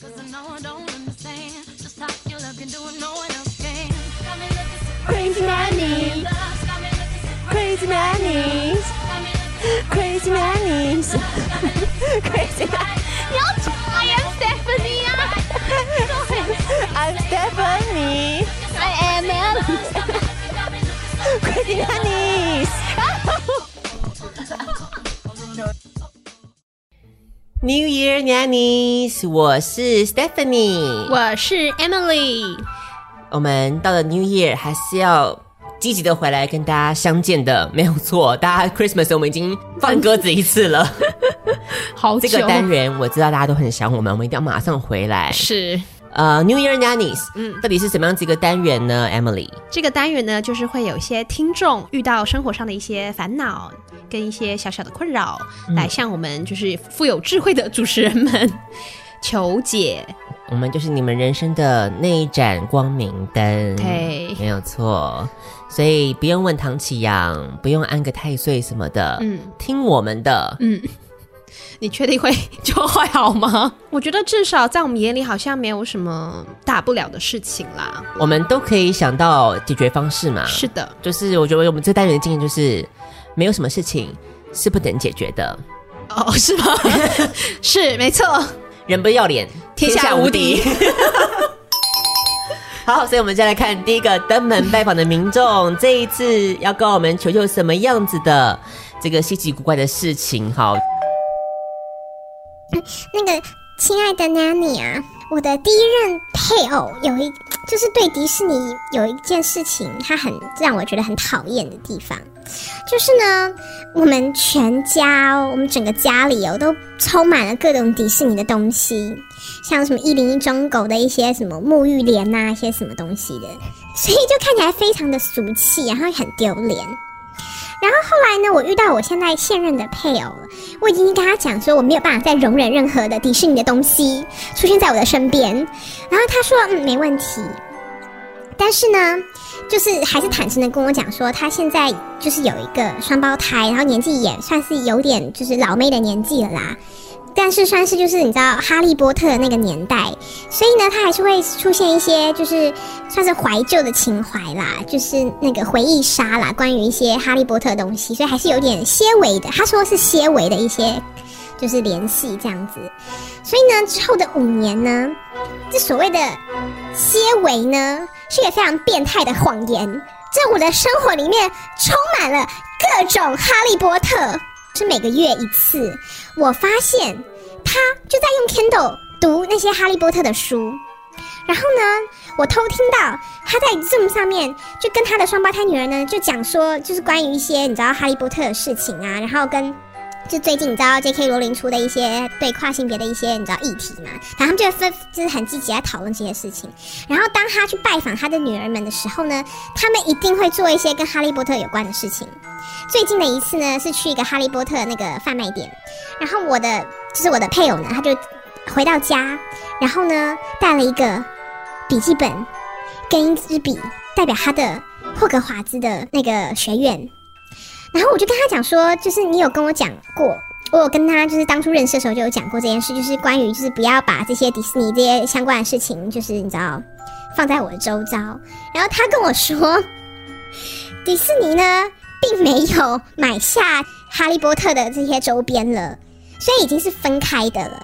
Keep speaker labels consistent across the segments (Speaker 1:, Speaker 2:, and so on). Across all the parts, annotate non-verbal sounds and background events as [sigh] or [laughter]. Speaker 1: Cause I know I don't understand just how your love can do what no one else can. Got me looking so
Speaker 2: Crazy Money,
Speaker 1: lost, got me looking so
Speaker 2: Crazy Money,
Speaker 1: got me looking
Speaker 2: Crazy Money, [laughs] Crazy [laughs] Money. 啊
Speaker 1: I am Stephanie.
Speaker 2: [laughs] I'm Stephanie. I am Melanie. [laughs] Crazy Money. New Year Nannies，我是 Stephanie。
Speaker 3: 我是 Emily，
Speaker 2: 我们到了 New Year 还是要积极的回来跟大家相见的，没有错。 [laughs] 大家 Christmas 我们已经放鸽子一次
Speaker 3: [laughs]
Speaker 2: 了，
Speaker 3: 好久啊
Speaker 2: 这个单元我知道大家都很想我们，我们一定要马上回来。
Speaker 3: 是
Speaker 2: 呃，New Year Nannies，嗯，到底是什么样子一个单元呢？Emily，
Speaker 3: 这个单元呢，就是会有一些听众遇到生活上的一些烦恼跟一些小小的困扰，来向我们就是富有智慧的主持人们求解。
Speaker 2: 我们就是你们人生的那一盏光明灯，
Speaker 3: 对
Speaker 2: 没有错。所以不用问唐启阳，不用安个太岁什么的，嗯，听我们的，
Speaker 3: 你确定会就会好吗？我觉得至少在我们眼里，好像没有什么大不了的事情啦。
Speaker 2: 我们啊都可以想到解决方式嘛。
Speaker 3: 是的，
Speaker 2: 就是我觉得我们这单元的经验就是，没有什么事情是不能解决的。
Speaker 3: 哦，是吗？是，没错，
Speaker 2: 人不要脸，
Speaker 3: 天下无
Speaker 2: [laughs]
Speaker 3: 敌。
Speaker 2: 好，所以我们再来看第一个登门拜访的民众，这一次要告我们求求什么样子的这个稀奇古怪的事情？好，
Speaker 4: 那个亲爱的 Nanny 啊，我的第一任配偶有一，就是对迪士尼有一件事情，他很让我觉得很讨厌的地方，就是呢，我们全家哦，我们整个家里哦，都充满了各种迪士尼的东西，像什么一零一中狗的一些什么沐浴帘啊呐、一些什么东西的，所以就看起来非常的俗气，然后很丢脸。然后后来呢，我遇到我现在现任的配偶了，我已经跟他讲说我没有办法再容忍任何的迪士尼的东西出现在我的身边，然后他说嗯没问题，但是呢，就是还是坦诚的跟我讲说他现在就是有一个双胞胎，然后年纪也算是有点就是老妹的年纪了啦。但是算是就是你知道哈利波特的那个年代，所以呢，他还是会出现一些就是算是怀旧的情怀啦，就是那个回忆杀啦，关于一些哈利波特的东西，所以还是有点些微的。他说是些微的一些就是联系这样子，所以呢，之后的五年呢，这所谓的些微呢，是一个非常变态的谎言。在我的生活里面充满了各种哈利波特，是每个月一次。我发现他就在用 Kindle 读那些哈利波特的书，然后呢，我偷听到他在 Zoom 上面就跟他的双胞胎女儿呢就讲说，就是关于一些你知道哈利波特的事情啊，然后跟。就最近你知道 J.K. 罗琳出的一些对跨性别的一些你知道议题嘛，然后他们就会分就是很积极来讨论这些事情。然后当他去拜访他的女儿们的时候呢，他们一定会做一些跟哈利波特有关的事情。最近的一次呢是去一个哈利波特那个贩卖店，然后我的就是我的配偶呢，他就回到家，然后呢带了一个笔记本跟一支笔，代表他的霍格华兹的那个学院。然后我就跟他讲说，就是你有跟我讲过，我有跟他就是当初认识的时候就有讲过这件事，就是关于就是不要把这些迪士尼这些相关的事情，就是你知道放在我的周遭。然后他跟我说， [laughs] 迪士尼呢并没有买下哈利波特的这些周边了，所以已经是分开的了。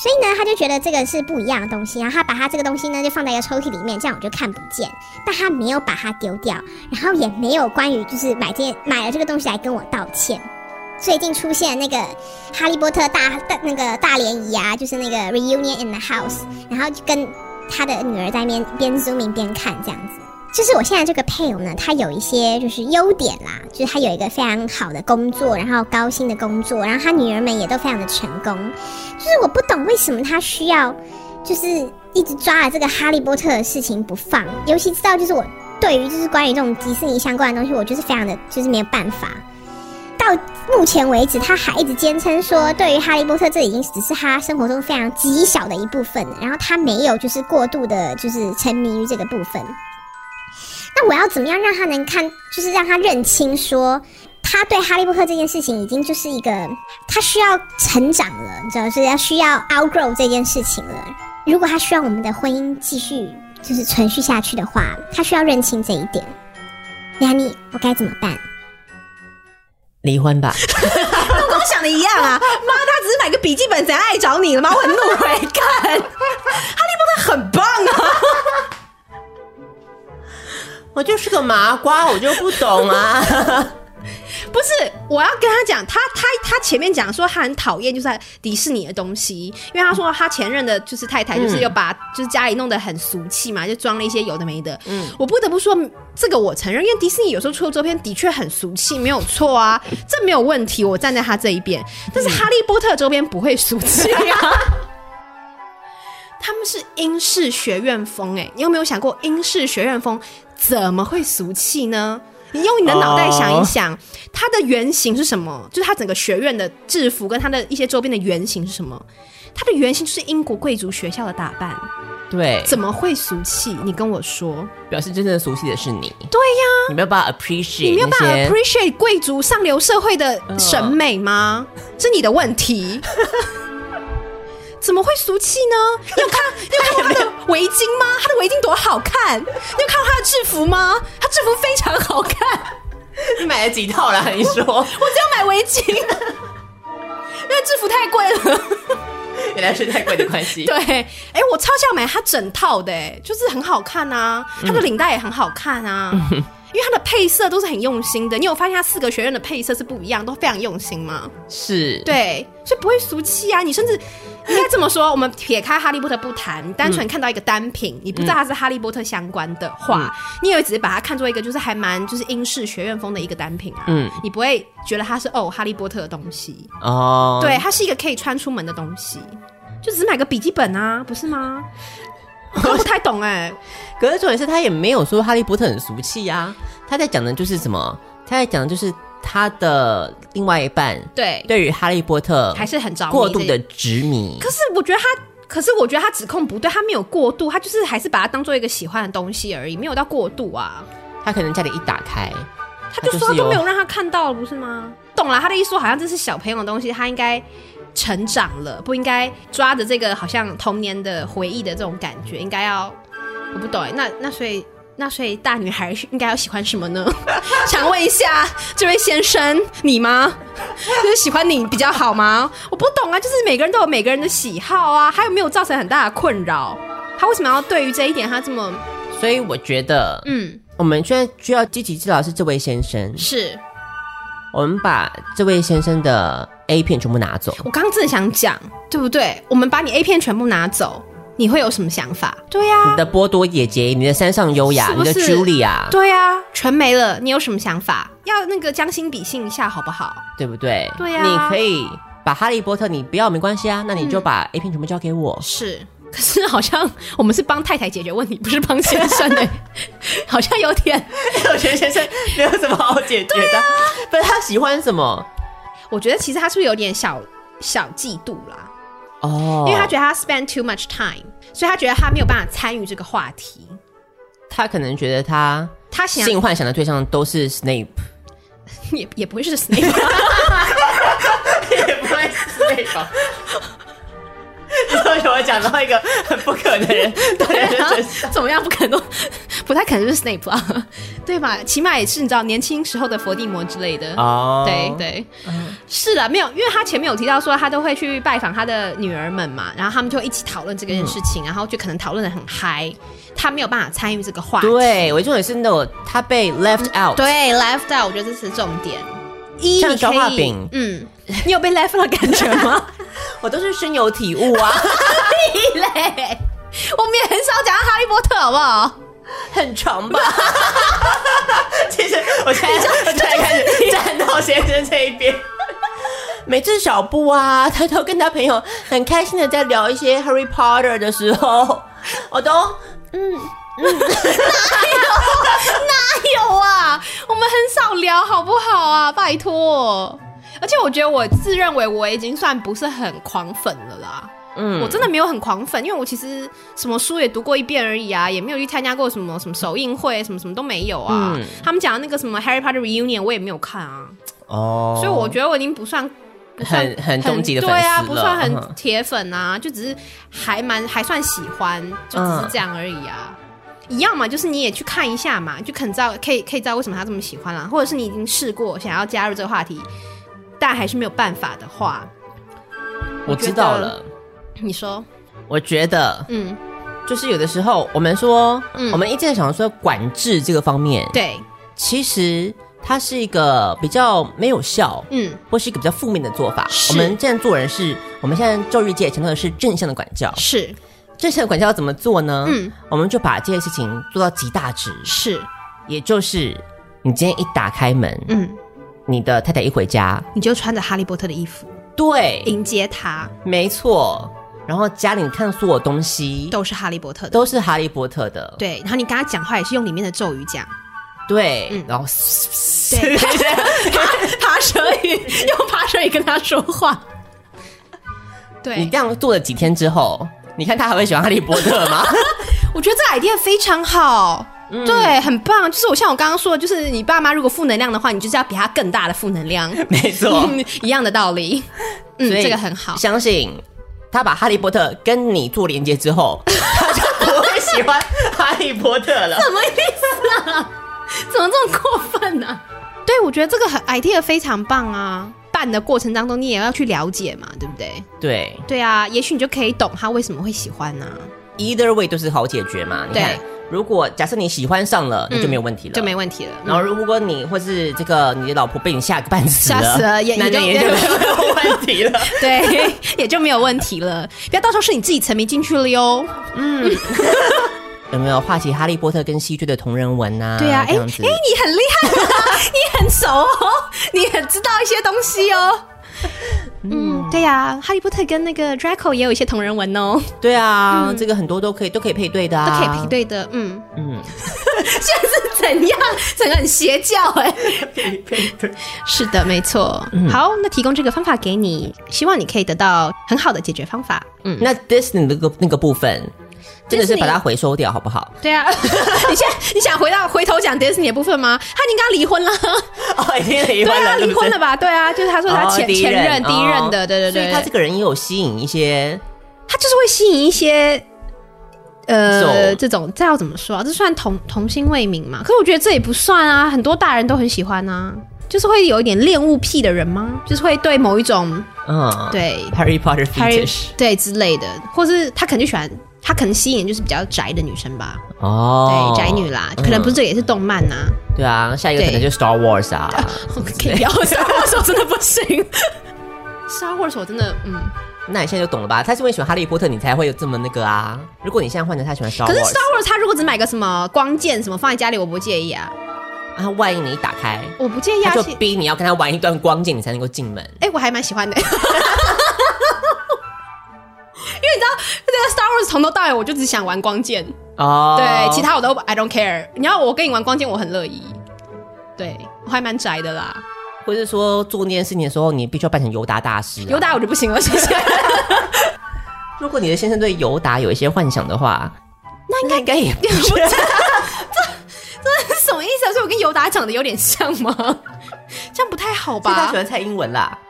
Speaker 4: 所以呢，他就觉得这个是不一样的东西，然后他把他这个东西呢就放在一个抽屉里面，这样我就看不见。但他没有把它丢掉，然后也没有关于就是买这买了这个东西来跟我道歉。最近出现那个《哈利波特大》大那个大联谊啊，就是那个 reunion in the house，然后就跟他的女儿在面边 zooming 边看这样子。就是我现在这个配偶呢，他有一些就是优点啦，就是他有一个非常好的工作，然后高薪的工作，然后他女儿们也都非常的成功。就是我不懂为什么他需要，就是一直抓着这个哈利波特的事情不放，尤其知道就是我对于就是关于这种迪士尼相关的东西，我就是非常的就是没有办法。到目前为止，他还一直坚称说，对于哈利波特，这已经只是他生活中非常极小的一部分了。然后他没有就是过度的，就是沉迷于这个部分。那我要怎么样让他能看，就是让他认清说，他对哈利波特这件事情已经就是一个他需要成长了，你知道，就是要需要 outgrow 这件事情了。如果他需要我们的婚姻继续就是存续下去的话，他需要认清这一点。亚尼，我该怎么办？
Speaker 2: 离婚吧。
Speaker 5: 跟我想的一样
Speaker 3: [laughs]
Speaker 5: 啊！妈，他只是买个笔记本，谁来找你了吗？我很怒哎、干！哈利波特很棒啊！
Speaker 2: 我就是个麻瓜，我就不懂啊。
Speaker 3: 不是，我要跟他讲，他他他前面讲说他很讨厌就是迪士尼的东西，因为他说他前任的就是太太就是又把就是家里弄得很俗气嘛，就装了一些有的没的。嗯，我不得不说这个我承认，因为迪士尼有时候出的周边的确很俗气，没有错啊，这没有问题，我站在他这一边。但是哈利波特周边不会俗气啊。他们是英式学院风、哎，你有没有想过英式学院风怎么会俗气呢？你用你的脑袋想一想，它的原型是什么？就是它整个学院的制服跟它的一些周边的原型是什么？它的原型就是英国贵族学校的打扮，
Speaker 2: [laughs] 对，
Speaker 3: 怎么会俗气？你跟我说，
Speaker 2: 表示真正熟悉的是你，
Speaker 3: 对呀、
Speaker 2: 你没有办法 appreciate，
Speaker 3: 你没有办法
Speaker 2: 那些嗯
Speaker 3: appreciate 贵族上流社会的审美吗？是你的问题。 [laughs] 怎么会俗气呢？你有
Speaker 2: [laughs]
Speaker 3: 看，你有看过他的围巾吗？他的围巾多好看！你有看过他的制服吗？他制服非常好看。
Speaker 2: 你买了几套啦？你说，
Speaker 3: 我只有买围巾， [laughs] 因为制服太贵
Speaker 2: [laughs]
Speaker 3: 了。
Speaker 2: 原来是太贵的关 [laughs] 系。
Speaker 3: 对，哎、我超想买它整套的、哎，就是很好看啊，
Speaker 2: 嗯
Speaker 3: 它的领带也很好看啊，因为它的配色都是很用心的。你有发现它四个学院的配色是不一样，都非常用心吗？
Speaker 2: 是，
Speaker 3: 对，所以不会俗气啊。你甚至应该这么说，我们撇开哈利波特不谈，单纯看到一个单品，你不知道它是哈利波特相关的
Speaker 2: 嗯
Speaker 3: 话，你也会只是把它看作一个就是还蛮就是英式学院风的一个单品啊。
Speaker 2: 嗯
Speaker 3: 你不会觉得它是哦哈利波特的东西，
Speaker 2: 哦，
Speaker 3: 对，，它是一个可以穿出门的东西。就只是买个笔记本啊，不是
Speaker 2: [laughs]
Speaker 3: 吗？我不太懂哎、
Speaker 2: 可是重点是他也没有说哈利波特很俗气呀、他在讲的就是什么？他在讲的就是他的另外一半
Speaker 3: 对，
Speaker 2: 对于哈利波特
Speaker 3: 还是很着迷
Speaker 2: 过度
Speaker 3: 这
Speaker 2: 的执迷
Speaker 3: 可。是我觉得他，可是我觉得他指控不对，他没有过度，他就是还是把它当做一个喜欢的东西而已，没有到过度啊。
Speaker 2: 他可能家里一打开，
Speaker 3: 他就说他都没有让他看到，不是吗？懂了，他的意思说好像这是小朋友的东西，他应该成长了，不应该抓着这个好像童年的回忆的这种感觉，应该要我不懂哎，那那所以那所以大女孩是应该要喜欢什么 [laughs] 呢？想问一下这位先生，你吗？就是喜欢你比较好吗？我不懂啊，就是每个人都有每个人的喜好啊，还有没有造成很大的困扰？他为什么要对于这一点他这么
Speaker 2: 所以我觉得，
Speaker 3: 嗯
Speaker 2: 我们现在需要积极治疗是这位先生，
Speaker 3: 是？
Speaker 2: 我们把这位先生的 A 片全部拿走。
Speaker 3: 我刚刚正想讲，对不对？我们把你 A 片全部拿走，你会有什么想法？对呀、
Speaker 2: 你的波多野结衣，你的山上优雅，
Speaker 3: 是不是
Speaker 2: 你的茱莉亚，
Speaker 3: 对呀、全没了，你有什么想法？要那个将心比心一下，好不好？
Speaker 2: 对不对？
Speaker 3: 对呀嗯
Speaker 2: 你可以把哈利波特你不要没关系啊，那你就把 A 片全部交给我。
Speaker 3: 是，可是好像我们是帮太太解决问题，不是帮先生 [laughs] 的、好像有点。
Speaker 2: 我觉得先生 [laughs] 没有什么好解决的，不是他喜欢什么
Speaker 3: 我觉得其实他是不是有点小小嫉妒啦？
Speaker 2: 哦，
Speaker 3: 因为他觉得他 spend too much time，所以他觉得他没有办法参与这个话题。
Speaker 2: 他可能觉得他
Speaker 3: 他想
Speaker 2: 性幻想的对象都是 Snape，
Speaker 3: [laughs] 也也不会是 Snape，
Speaker 2: 也不会 Snape。为什么讲到一个很不可能人？对，
Speaker 3: 啊怎么样？不可能都不太可能是 Snape
Speaker 2: 嗯
Speaker 3: 啊，对吧？起码也是你知道年轻时候的伏地魔之类的。
Speaker 2: 哦，
Speaker 3: 对对，
Speaker 2: 嗯
Speaker 3: 是啦，没有，因为他前面有提到说他都会去拜访他的女儿们嘛，然后他们就一起讨论这个件事
Speaker 2: 嗯
Speaker 3: 情，然后就可能讨论的很嗨，他没有办法参与这个话题。
Speaker 2: 对，我重点是那种他被 left out，
Speaker 3: 对，lifestyle 我觉得这是重点。一，
Speaker 2: 像
Speaker 3: 你
Speaker 2: 消化
Speaker 3: 可以
Speaker 2: 饼
Speaker 3: 嗯，你有被 left out 的感
Speaker 2: [laughs]
Speaker 3: 觉吗？E
Speaker 2: 我都是深有体悟啊。
Speaker 3: 嘞，我们也很少讲到哈利波特，好不好？
Speaker 2: 很长吧？ [laughs] 其实我现在我现在开始站到先生这一边。 [laughs] 每次小布啊，他都跟他朋友很开心的在聊一些 Harry Potter 的时候，我都
Speaker 3: 哪有啊？我们很少聊，好不好啊？拜托。而且我觉得我自认为我已经算不是很狂粉了啦。
Speaker 2: 嗯
Speaker 3: 我真的没有很狂粉，因为我其实什么书也读过一遍而已啊，也没有去参加过什么什么首映会，什么什么都没有啊。
Speaker 2: 嗯
Speaker 3: 他们讲的那个什么 Harry Potter reunion 我也没有看啊，
Speaker 2: 哦
Speaker 3: 所以我觉得我已经不算不算
Speaker 2: 很很终极的粉
Speaker 3: 对
Speaker 2: 丝
Speaker 3: 啊，
Speaker 2: 了
Speaker 3: 不算
Speaker 2: 嗯
Speaker 3: 很铁粉啊，就只是还蛮还算喜欢，就只
Speaker 2: 嗯
Speaker 3: 是这样而已啊。一样嘛，就是你也去看一下嘛，就可能知道可以可以知道为什么他这么喜欢啦、啊或者是你已经试过想要加入这个话题，但还是没有办法的话，
Speaker 2: 我知道了。
Speaker 3: 你说，
Speaker 2: 我觉得
Speaker 3: 嗯，
Speaker 2: 就是有的时候我们说，
Speaker 3: 嗯
Speaker 2: 我们一直在想说管制这个方面，，
Speaker 3: 对，
Speaker 2: 其实它是一个比较没有效，
Speaker 3: 嗯，
Speaker 2: 或是一个比较负面的做法。
Speaker 3: 是
Speaker 2: 我们现在做人是，我们现在教育界强调的是正向的管教，
Speaker 3: 是
Speaker 2: 正向的管教要怎么做呢？
Speaker 3: 嗯，
Speaker 2: 我们就把这件事情做到极大值，
Speaker 3: 是，
Speaker 2: 也就是你今天一打开门，
Speaker 3: 嗯，
Speaker 2: 你的太太一回家，
Speaker 3: 你就穿着哈利波特的衣服
Speaker 2: 对，
Speaker 3: 迎接他，
Speaker 2: 没错，然后家里你看所有东西
Speaker 3: 都是哈利波特的，
Speaker 2: 都是哈利波特的，
Speaker 3: 对，然后你跟他讲话也是用里面的咒语讲，
Speaker 2: 对，
Speaker 3: 嗯
Speaker 2: 然后
Speaker 3: 对 [laughs]
Speaker 5: 爬蛇语，用爬蛇语跟他说话。
Speaker 3: 对
Speaker 2: 你这样做了几天之后，你看他还会喜欢哈利波特
Speaker 3: [laughs]
Speaker 2: 吗？
Speaker 3: 我觉得这 idea 非常好。对，很棒。就是我像我刚刚说的，就是你爸妈如果负能量的话，你就是要比他更大的负能量，嗯
Speaker 2: 没错，
Speaker 3: 一样的道 [laughs] 理。嗯，
Speaker 2: 所以
Speaker 3: 这个很好。
Speaker 2: 相信他把哈利波特跟你做连接之后，他就不会喜欢哈利波特
Speaker 3: [laughs]
Speaker 2: 了。
Speaker 3: 什么意思啊？怎么这么过分呢、啊对，我觉得这个很 idea 非常棒啊。办的过程当中，你也要去了解嘛，对不对？
Speaker 2: 对
Speaker 3: 对啊，也许你就可以懂他为什么会喜欢呢、啊
Speaker 2: ，either way 都是好解决嘛。你看
Speaker 3: 对，嗯
Speaker 2: 如果假设你喜欢上了，那就没有问题了，
Speaker 3: 就没
Speaker 2: 题。
Speaker 3: 问题了。嗯
Speaker 2: 然后，如果你或是这个你的老婆被你吓个半死了，
Speaker 3: 吓死
Speaker 2: [laughs]
Speaker 3: 了也
Speaker 2: 那就
Speaker 3: 也
Speaker 2: 也
Speaker 3: 就
Speaker 2: 就没有问题
Speaker 3: [laughs]
Speaker 2: 了。
Speaker 3: 对，也就没有问题了。不要到时候是你自己沉迷进去了哟。
Speaker 2: 啊有没有画起哈利波特跟西剧的同人文啊？
Speaker 3: 对啊，哎
Speaker 2: 这
Speaker 3: 哎，
Speaker 2: 样子。
Speaker 3: 你很厉害啊，你很熟哦，你很知道一些东西哦。嗯，对呀、哈利波特跟那个 Draco 也有一些同人文哦，
Speaker 2: 对啊，这个很多都可以，都可以配对的、
Speaker 3: 都
Speaker 2: 啊，
Speaker 3: 可以配。对的。嗯，
Speaker 2: 嗯，
Speaker 3: [laughs] 现在是怎样？整个很邪教哎、是的，没错。
Speaker 2: 嗯
Speaker 3: 好，那提供这个方法给你，希望你可以得到很好的解决方法。嗯，
Speaker 2: 那 Disney 的那个那个部分，真的是把它回收掉，好不
Speaker 3: [laughs]
Speaker 2: 好？
Speaker 3: 对啊，你现在你想回到回头讲 Disney 的部分吗？他已经跟他离婚了。
Speaker 2: 哦，已经离
Speaker 3: 对啊，
Speaker 2: 对
Speaker 3: 离婚了吧？对啊，就是他说他前、
Speaker 2: 哦第一
Speaker 3: 前任、
Speaker 2: 哦
Speaker 3: 第一任的，对对
Speaker 2: 所
Speaker 3: 对，
Speaker 2: 以他这个人也有吸引一些，
Speaker 3: 他就是会吸引一些。呃，
Speaker 2: 走
Speaker 3: 这种这要怎么说啊？这算童童心未泯嘛？可是我觉得这也不算啊，很多大人都很喜欢啊，就是会有一点恋物癖的人吗？就是会对某一种
Speaker 2: 嗯，
Speaker 3: 对
Speaker 2: ，Harry Potter
Speaker 3: Harry
Speaker 2: fetish，
Speaker 3: 对之类的，或是他可能就喜欢，他可能吸引就是比较宅的女生吧，
Speaker 2: 哦，
Speaker 3: 对宅女啦，可能不是这个也是动漫呐、
Speaker 2: 对啊，下一个可能
Speaker 3: 对
Speaker 2: 就是 Star Wars 啊， [laughs]
Speaker 3: 可以聊 Star Wars 我真的不行，Star Wars 我真的嗯，
Speaker 2: 那你现在就懂了吧？他是因为喜欢哈利波特，你才会有这么那个啊。如果你现在换成他喜欢 Star
Speaker 3: 可是
Speaker 2: Wars，
Speaker 3: Star Wars 他如果只买个什么光剑什么放在家里，我不介意啊，
Speaker 2: 啊，万一你一打开，
Speaker 3: 我不介意啊
Speaker 2: 他。就
Speaker 3: 其
Speaker 2: 逼你要跟他玩一段光剑，你才能够进门。
Speaker 3: 哎、我还蛮喜欢的。因 [laughs] 为你知道，这个 Star Wars 从头到尾我就只想玩光剑，
Speaker 2: 哦，
Speaker 3: 对，其他我都 I don't care。你要我跟你玩光剑，我很乐意。对我还蛮宅的啦，
Speaker 2: 或者说做那件事情的时候，你必须要扮成尤达大师、
Speaker 3: 尤，达我就不行了，谢谢。
Speaker 2: 如果你的先生对尤达有一些幻想的话，那应该应
Speaker 3: [laughs]
Speaker 2: 该也不是。
Speaker 3: 什么意思啊？所以我跟尤达长得有点像吗？这样不太好
Speaker 2: 所以
Speaker 3: 吧
Speaker 2: 他喜？欢蔡英文啦。 [laughs]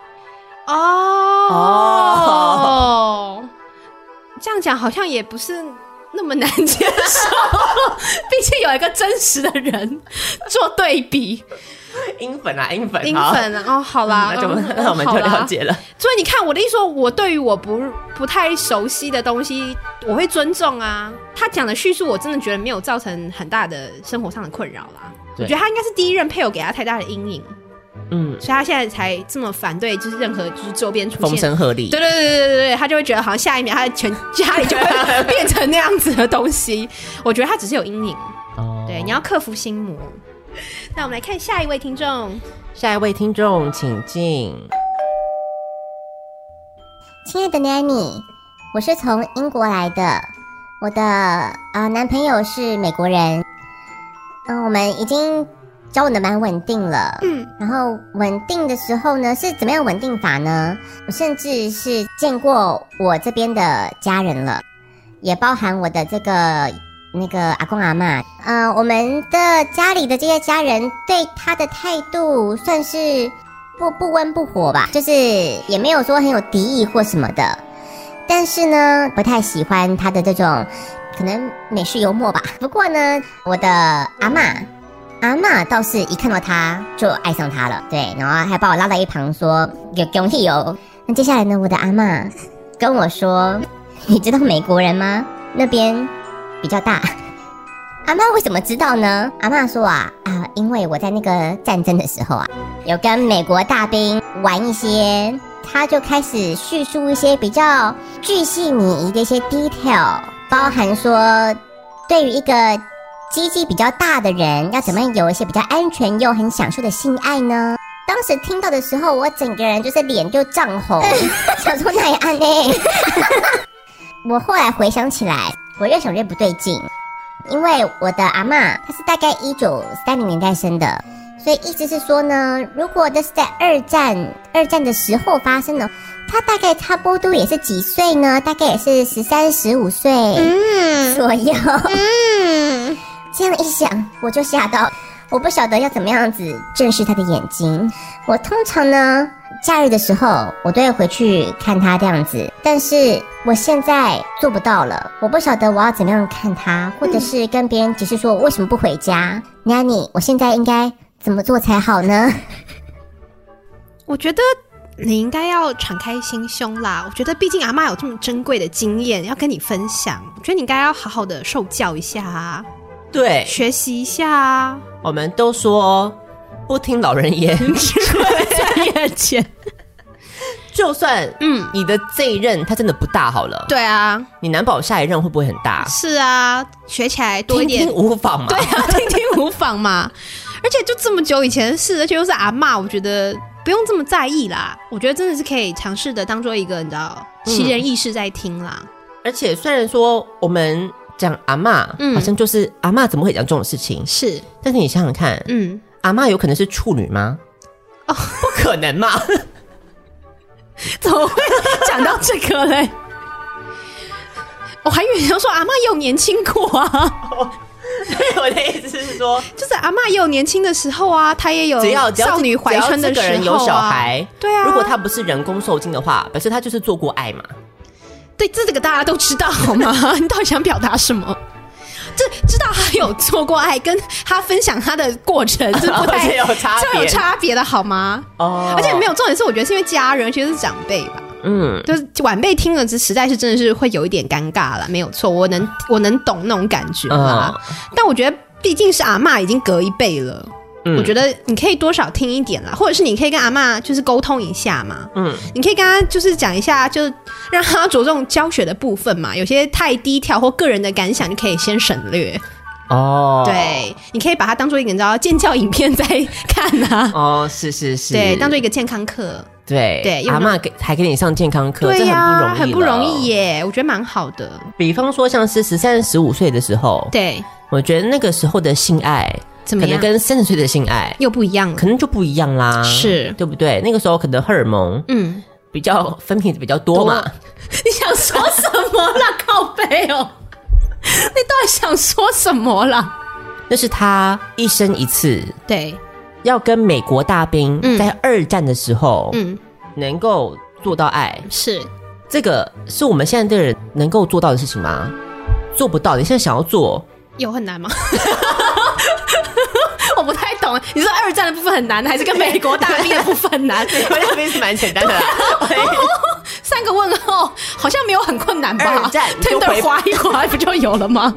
Speaker 3: 哦，这样讲好像也不是那么难接受， [laughs] 毕竟有一个真实的人做对比，
Speaker 2: 英粉啊，英粉，
Speaker 3: 英
Speaker 2: 好，
Speaker 3: 粉啊哦，好啦，
Speaker 2: 那就
Speaker 3: 嗯
Speaker 2: [laughs] 那我们就了。
Speaker 3: 好啦
Speaker 2: 解了。
Speaker 3: 所以你看，我的意思说，我对于我不不太熟悉的东西，我会尊重啊。他讲的叙述，我真的觉得没有造成很大的生活上的困扰啦。我
Speaker 2: 对
Speaker 3: 觉得他应该是第一任配偶给他太大的阴影，
Speaker 2: 嗯，
Speaker 3: 所以他现在才这么反对，就是任何就是周边出
Speaker 2: 风
Speaker 3: 现。
Speaker 2: 声鹤唳。
Speaker 3: 对对对对对对，他就会觉得好像下一秒他的全家里就会变成那样子的东
Speaker 2: [laughs]
Speaker 3: 西。我觉得他只是有阴影，
Speaker 2: 哦
Speaker 3: 对，你要克服心
Speaker 2: [laughs]
Speaker 3: 魔。那我们来看下一位听众，
Speaker 2: 下一位听众请进。
Speaker 4: 亲爱的 Nanny，我是从英国来的，我的呃男朋友是美国人，嗯、我们已经交往的蛮稳定了，嗯，然后稳定的时候呢是怎么样稳定法呢？我甚至是见过我这边的家人了，也包含我的这个那个阿公阿嬷，呃，我们的家里的这些家人对他的态度算是不不温不火吧，就是也没有说很有敌意或什么的，但是呢，不太喜欢他的这种可能美式幽默吧。不过呢，我的阿嬷，阿嬷倒是一看到他就爱上他了，对，然后还把我拉到一旁说有恭喜哦。那接下来呢，我的阿嬷跟我说，你知道美国人吗？那边比较大。阿妈为什么知道呢？阿妈说啊啊，因为我在那个战争的时候啊，有跟美国大兵玩一些，他就开始叙述一些比较巨细靡遗的一些 detail，包含说对于一个鸡鸡比较大的人，要怎么样有一些比较安全又很享受的性爱呢？当时听到的时候，我整个人就是脸就涨红，想说哪安呢？ [laughs] 我后来回想起来，我越想越不对劲，因为我的阿嬷她是大概一九三零年代生的，所以意思是说呢，如果这是在二战二战的时候发生的，他大概差不多也是几岁呢？大概也是十三十五岁左右。嗯， [laughs] 这样一想我就吓到，我不晓得要怎么样子正视他的眼睛。我通常呢，假日的时候我都会回去看他这样子，但是我现在做不到了。我不晓得我要怎么样看他，或者是跟别人解释说我为什么不回家。n 妮，我现在应该怎么做才好呢？
Speaker 3: 我觉得你应该要敞开心胸啦。我觉得毕竟阿妈有这么珍贵的经验要跟你分享，我觉得你应该要好好的受教一下啊，
Speaker 2: 对，
Speaker 3: 学习一下
Speaker 2: [laughs]
Speaker 3: 啊。
Speaker 2: 我们都说哦不听老人言， [laughs] 只管在眼前。就算嗯，你的这一任他真的不大好了，
Speaker 3: 对啊，
Speaker 2: 你难保下一任会不会很大？
Speaker 3: 是啊，学起来多一
Speaker 2: 听
Speaker 3: 点
Speaker 2: 听无妨嘛。
Speaker 3: 对啊，听听无妨
Speaker 2: [laughs]
Speaker 3: 嘛。而且就这么久以前的事，而且又是阿嬷，我觉得不用这么在意啦。我觉得真的是可以尝试的，当做一个你知道
Speaker 2: 嗯
Speaker 3: 奇人异事在听啦。
Speaker 2: 而且虽然说我们讲阿嬷，
Speaker 3: 嗯
Speaker 2: 好像就是阿嬷怎么会讲这种事情？
Speaker 3: 是，
Speaker 2: 但是你想想看，
Speaker 3: 嗯，
Speaker 2: 阿嬷有可能是处女吗？
Speaker 3: 哦
Speaker 2: 不可
Speaker 3: [laughs]
Speaker 2: 能嘛！
Speaker 3: 怎么会讲到这个嘞？ [laughs] 我还以为你要说阿嬷也有年轻过啊， [laughs]
Speaker 2: 我的意思是说，
Speaker 3: 就是阿嬷也有年轻的时候啊，她也有
Speaker 2: 只要只要
Speaker 3: 少女怀春的
Speaker 2: 只
Speaker 3: 时候、啊、
Speaker 2: 要这个人有小孩，
Speaker 3: 对啊
Speaker 2: 如果他不是人工受精的话，表示他就是做过爱嘛。
Speaker 3: 对，这这个大家都知道好吗？ [laughs] 你到底想表达什么？这知道他有做过爱，跟他分享他的过
Speaker 2: [laughs]
Speaker 3: 程是不太
Speaker 2: 这有差别
Speaker 3: 这有差别的好吗？
Speaker 2: 哦
Speaker 3: 而且没有重点是，我觉得是因为家人，尤其是长辈吧，
Speaker 2: 嗯，
Speaker 3: 就是晚辈听了，这实在是真的是会有一点尴尬了。没有错，我能我能懂那种感觉啦。但我觉得毕竟是阿嬷已经隔一辈了。
Speaker 2: 嗯
Speaker 3: 我觉得你可以多少听一点啦，或者是你可以跟阿嬷就是沟通一下嘛。
Speaker 2: 嗯，
Speaker 3: 你可以跟他就是讲一下，就是让他着重教学的部分嘛。有些太低调或个人的感想，你可以先省略。
Speaker 2: 哦，
Speaker 3: 对，你可以把它当做一个你知道健教影片在看啊。
Speaker 2: 哦，是是是，
Speaker 3: 对，当做一个健康课，
Speaker 2: 对
Speaker 3: 对用
Speaker 2: 阿
Speaker 3: 那
Speaker 2: 嬷给还给你上健康课，
Speaker 3: 对
Speaker 2: 这
Speaker 3: 呀、
Speaker 2: 啊很
Speaker 3: 很
Speaker 2: 不
Speaker 3: 不
Speaker 2: 容易，哦
Speaker 3: 容易。耶，我觉得蛮好的。
Speaker 2: 比方说，像是十三、十五岁的时候，，
Speaker 3: 对，
Speaker 2: 我觉得那个时候的性爱，
Speaker 3: 怎么
Speaker 2: 可能
Speaker 3: 样？
Speaker 2: 跟三十岁的性爱，
Speaker 3: 又不一样了
Speaker 2: 可。能就不一样啦，
Speaker 3: 是
Speaker 2: 对不对？那个时候可能荷尔蒙
Speaker 3: 嗯，
Speaker 2: 比较分泌比较多嘛，
Speaker 3: 你想说什么 [laughs] 啦，靠背哦？你到底想说什么啦？
Speaker 2: 那是他一生一次
Speaker 3: 对，
Speaker 2: 要跟美国大兵
Speaker 3: 嗯
Speaker 2: 在二战的时候，
Speaker 3: 嗯，
Speaker 2: 能够做到爱，
Speaker 3: 是
Speaker 2: 这个是我们现在的人能够做到的事情吗？做不到，你现在想
Speaker 3: [laughs]
Speaker 2: 要做，
Speaker 3: 有很难吗？我不太懂，你说二战的部分很难，还是跟美国大兵的部分 [laughs] 难？
Speaker 2: 那边是蛮简单的 [laughs] 啦。
Speaker 3: 三个问号好像没有很困难吧？
Speaker 2: 二战你就
Speaker 3: [laughs]
Speaker 2: 回
Speaker 3: Tinder 划一划不就有了吗？